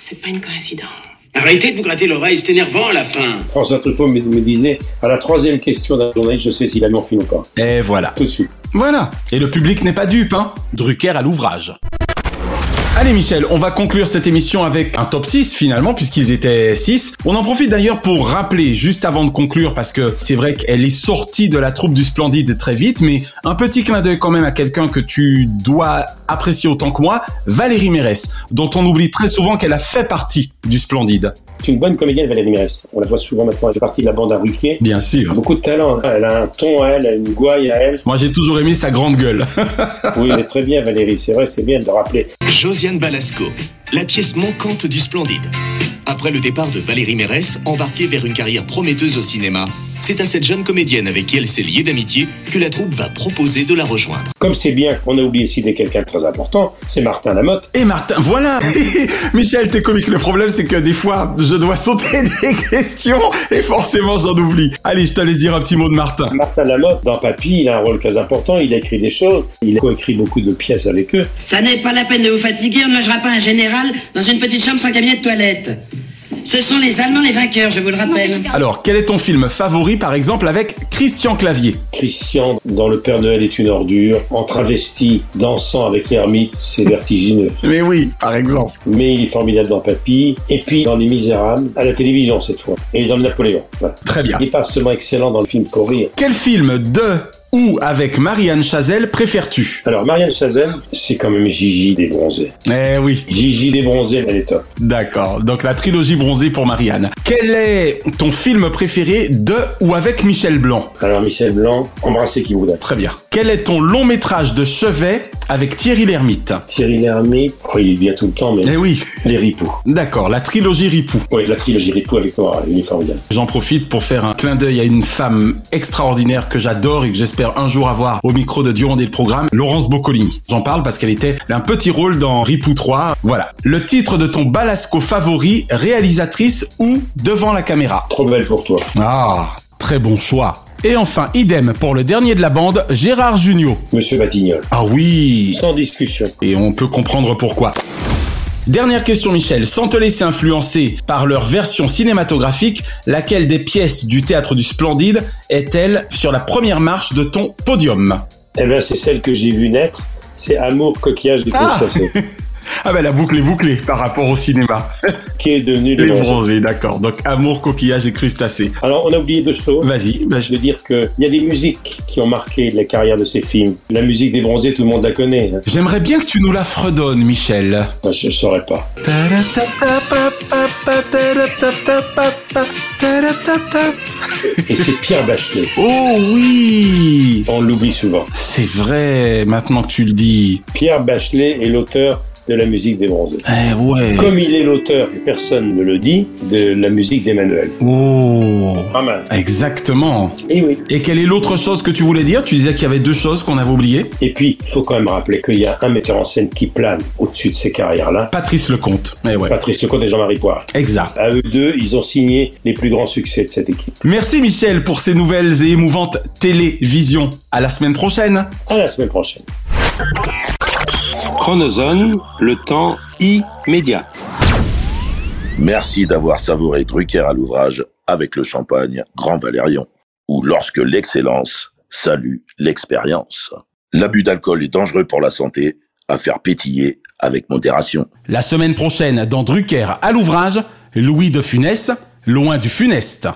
Speaker 25: C'est pas une coïncidence.
Speaker 26: Arrêtez de vous gratter l'oreille, c'est énervant à la fin.
Speaker 3: François Truffaut me, me disait, à la troisième question d'un journaliste, je sais s'il a mis en film ou pas.
Speaker 4: Et voilà.
Speaker 3: Tout de suite.
Speaker 4: Voilà. Et le public n'est pas dupe, hein. Drucker à l'ouvrage. Allez Michel, on va conclure cette émission avec un top 6 finalement puisqu'ils étaient 6. On en profite d'ailleurs pour rappeler juste avant de conclure parce que c'est vrai qu'elle est sortie de la troupe du Splendide très vite mais un petit clin d'œil quand même à quelqu'un que tu dois apprécier autant que moi, Valérie Mérès, dont on oublie très souvent qu'elle a fait partie du Splendide.
Speaker 3: C'est une bonne comédienne, Valérie Mérès. On la voit souvent maintenant, elle fait partie de la bande à Ruquier.
Speaker 4: Bien sûr.
Speaker 3: Beaucoup de talent. hein. Elle a un ton à elle, elle a une gouaille à elle.
Speaker 4: Moi j'ai toujours aimé sa grande gueule.
Speaker 3: Oui, elle est très bien, Valérie. C'est vrai, c'est bien de le rappeler.
Speaker 8: Josiane Balasco, la pièce manquante du Splendide. Après le départ de Valérie Mérès, embarquée vers une carrière prometteuse au cinéma,
Speaker 1: C'est à cette jeune comédienne avec qui elle s'est liée d'amitié que la troupe va proposer de la rejoindre.
Speaker 3: Comme c'est bien qu'on a oublié citer quelqu'un de très important, c'est Martin Lamotte.
Speaker 4: Et Martin, voilà Michel, t'es comique. Le problème, c'est que des fois, je dois sauter des questions et forcément, j'en oublie. Allez, je te laisse dire un petit mot de Martin.
Speaker 3: Martin Lamotte, dans Papy, il a un rôle très important, il a écrit des choses, il a coécrit beaucoup de pièces avec eux.
Speaker 24: Ça n'est pas la peine de vous fatiguer, on ne logera pas un général dans une petite chambre sans cabinet de toilette. Ce sont les Allemands les vainqueurs, je vous le rappelle.
Speaker 4: Alors, quel est ton film favori, par exemple, avec Christian Clavier
Speaker 3: Christian, dans Le Père Noël est une ordure, en travesti, dansant avec l'ermite, c'est vertigineux.
Speaker 4: Mais oui, par exemple.
Speaker 3: Mais il est formidable dans Papy, et puis dans Les Misérables, à la télévision cette fois, et dans le Napoléon. Voilà.
Speaker 4: Très bien.
Speaker 3: Il est pas seulement excellent dans le film pour rire.
Speaker 4: Quel film de ou avec Marianne Chazelle préfères-tu
Speaker 3: Alors, Marianne Chazelle, c'est quand même Gigi des Bronzés.
Speaker 4: Eh oui.
Speaker 3: Gigi des Bronzés, elle est top.
Speaker 4: D'accord. Donc, la trilogie bronzée pour Marianne. Quel est ton film préféré de ou avec Michel Blanc
Speaker 3: Alors, Michel Blanc, Embrasser qui voudrait.
Speaker 4: Très bien. Quel est ton long métrage de chevet avec Thierry Lhermitte
Speaker 3: Thierry Lhermitte, oh, il est bien tout le temps, mais.
Speaker 4: Eh oui.
Speaker 3: Les Ripoux.
Speaker 4: D'accord, la trilogie Ripoux.
Speaker 3: Oui, la trilogie Ripoux avec moi, il est formidable.
Speaker 4: J'en profite pour faire un clin d'œil à une femme extraordinaire que j'adore et que j'espère un jour avoir au micro de Durand et le programme, Laurence Boccolini. J'en parle parce qu'elle était un petit rôle dans Ripoux 3. Voilà. Le titre de ton balasco favori, réalisatrice ou devant la caméra
Speaker 3: Trop belle pour toi.
Speaker 4: Ah, très bon choix. Et enfin, idem pour le dernier de la bande, Gérard Junior.
Speaker 3: Monsieur Batignol.
Speaker 4: Ah oui
Speaker 3: Sans discussion.
Speaker 4: Et on peut comprendre pourquoi. Dernière question Michel, sans te laisser influencer par leur version cinématographique, laquelle des pièces du théâtre du Splendide est-elle sur la première marche de ton podium
Speaker 3: Eh bien c'est celle que j'ai vue naître, c'est Amour, coquillage du
Speaker 4: Ah Ah ben la boucle est bouclée par rapport au cinéma.
Speaker 3: qui est devenu
Speaker 4: Les bronzés, d'accord. Donc amour, coquillage et crustacés.
Speaker 3: Alors on a oublié deux choses.
Speaker 4: Vas-y. bah,
Speaker 3: Je veux dire qu'il y a des musiques qui ont marqué la carrière de ces films. La musique des bronzés, tout le monde la connaît. hein.
Speaker 4: J'aimerais bien que tu nous la fredonnes, Michel.
Speaker 3: Enfin, je ne saurais pas. Et c'est Pierre Bachelet.
Speaker 4: Oh oui
Speaker 3: On l'oublie souvent.
Speaker 4: C'est vrai, maintenant que tu le dis.
Speaker 3: Pierre Bachelet est l'auteur de la musique des bronzés.
Speaker 4: Eh ouais.
Speaker 3: Comme il est l'auteur, et personne ne le dit, de la musique d'Emmanuel.
Speaker 4: Oh
Speaker 3: Pas mal.
Speaker 4: Exactement.
Speaker 3: Et oui.
Speaker 4: Et quelle est l'autre chose que tu voulais dire Tu disais qu'il y avait deux choses qu'on avait oubliées.
Speaker 3: Et puis, il faut quand même rappeler qu'il y a un metteur en scène qui plane au-dessus de ces carrières-là.
Speaker 4: Patrice Lecomte. Eh ouais.
Speaker 3: Patrice Lecomte et Jean-Marie Poire.
Speaker 4: Exact.
Speaker 3: À eux deux, ils ont signé les plus grands succès de cette équipe.
Speaker 4: Merci Michel pour ces nouvelles et émouvantes télévisions. À la semaine prochaine.
Speaker 3: À la semaine prochaine.
Speaker 10: Chronozone, le temps immédiat.
Speaker 22: Merci d'avoir savouré Drucker à l'ouvrage avec le champagne Grand Valérion, ou lorsque l'excellence salue l'expérience. L'abus d'alcool est dangereux pour la santé, à faire pétiller avec modération.
Speaker 4: La semaine prochaine, dans Drucker à l'ouvrage, Louis de Funès, loin du funeste.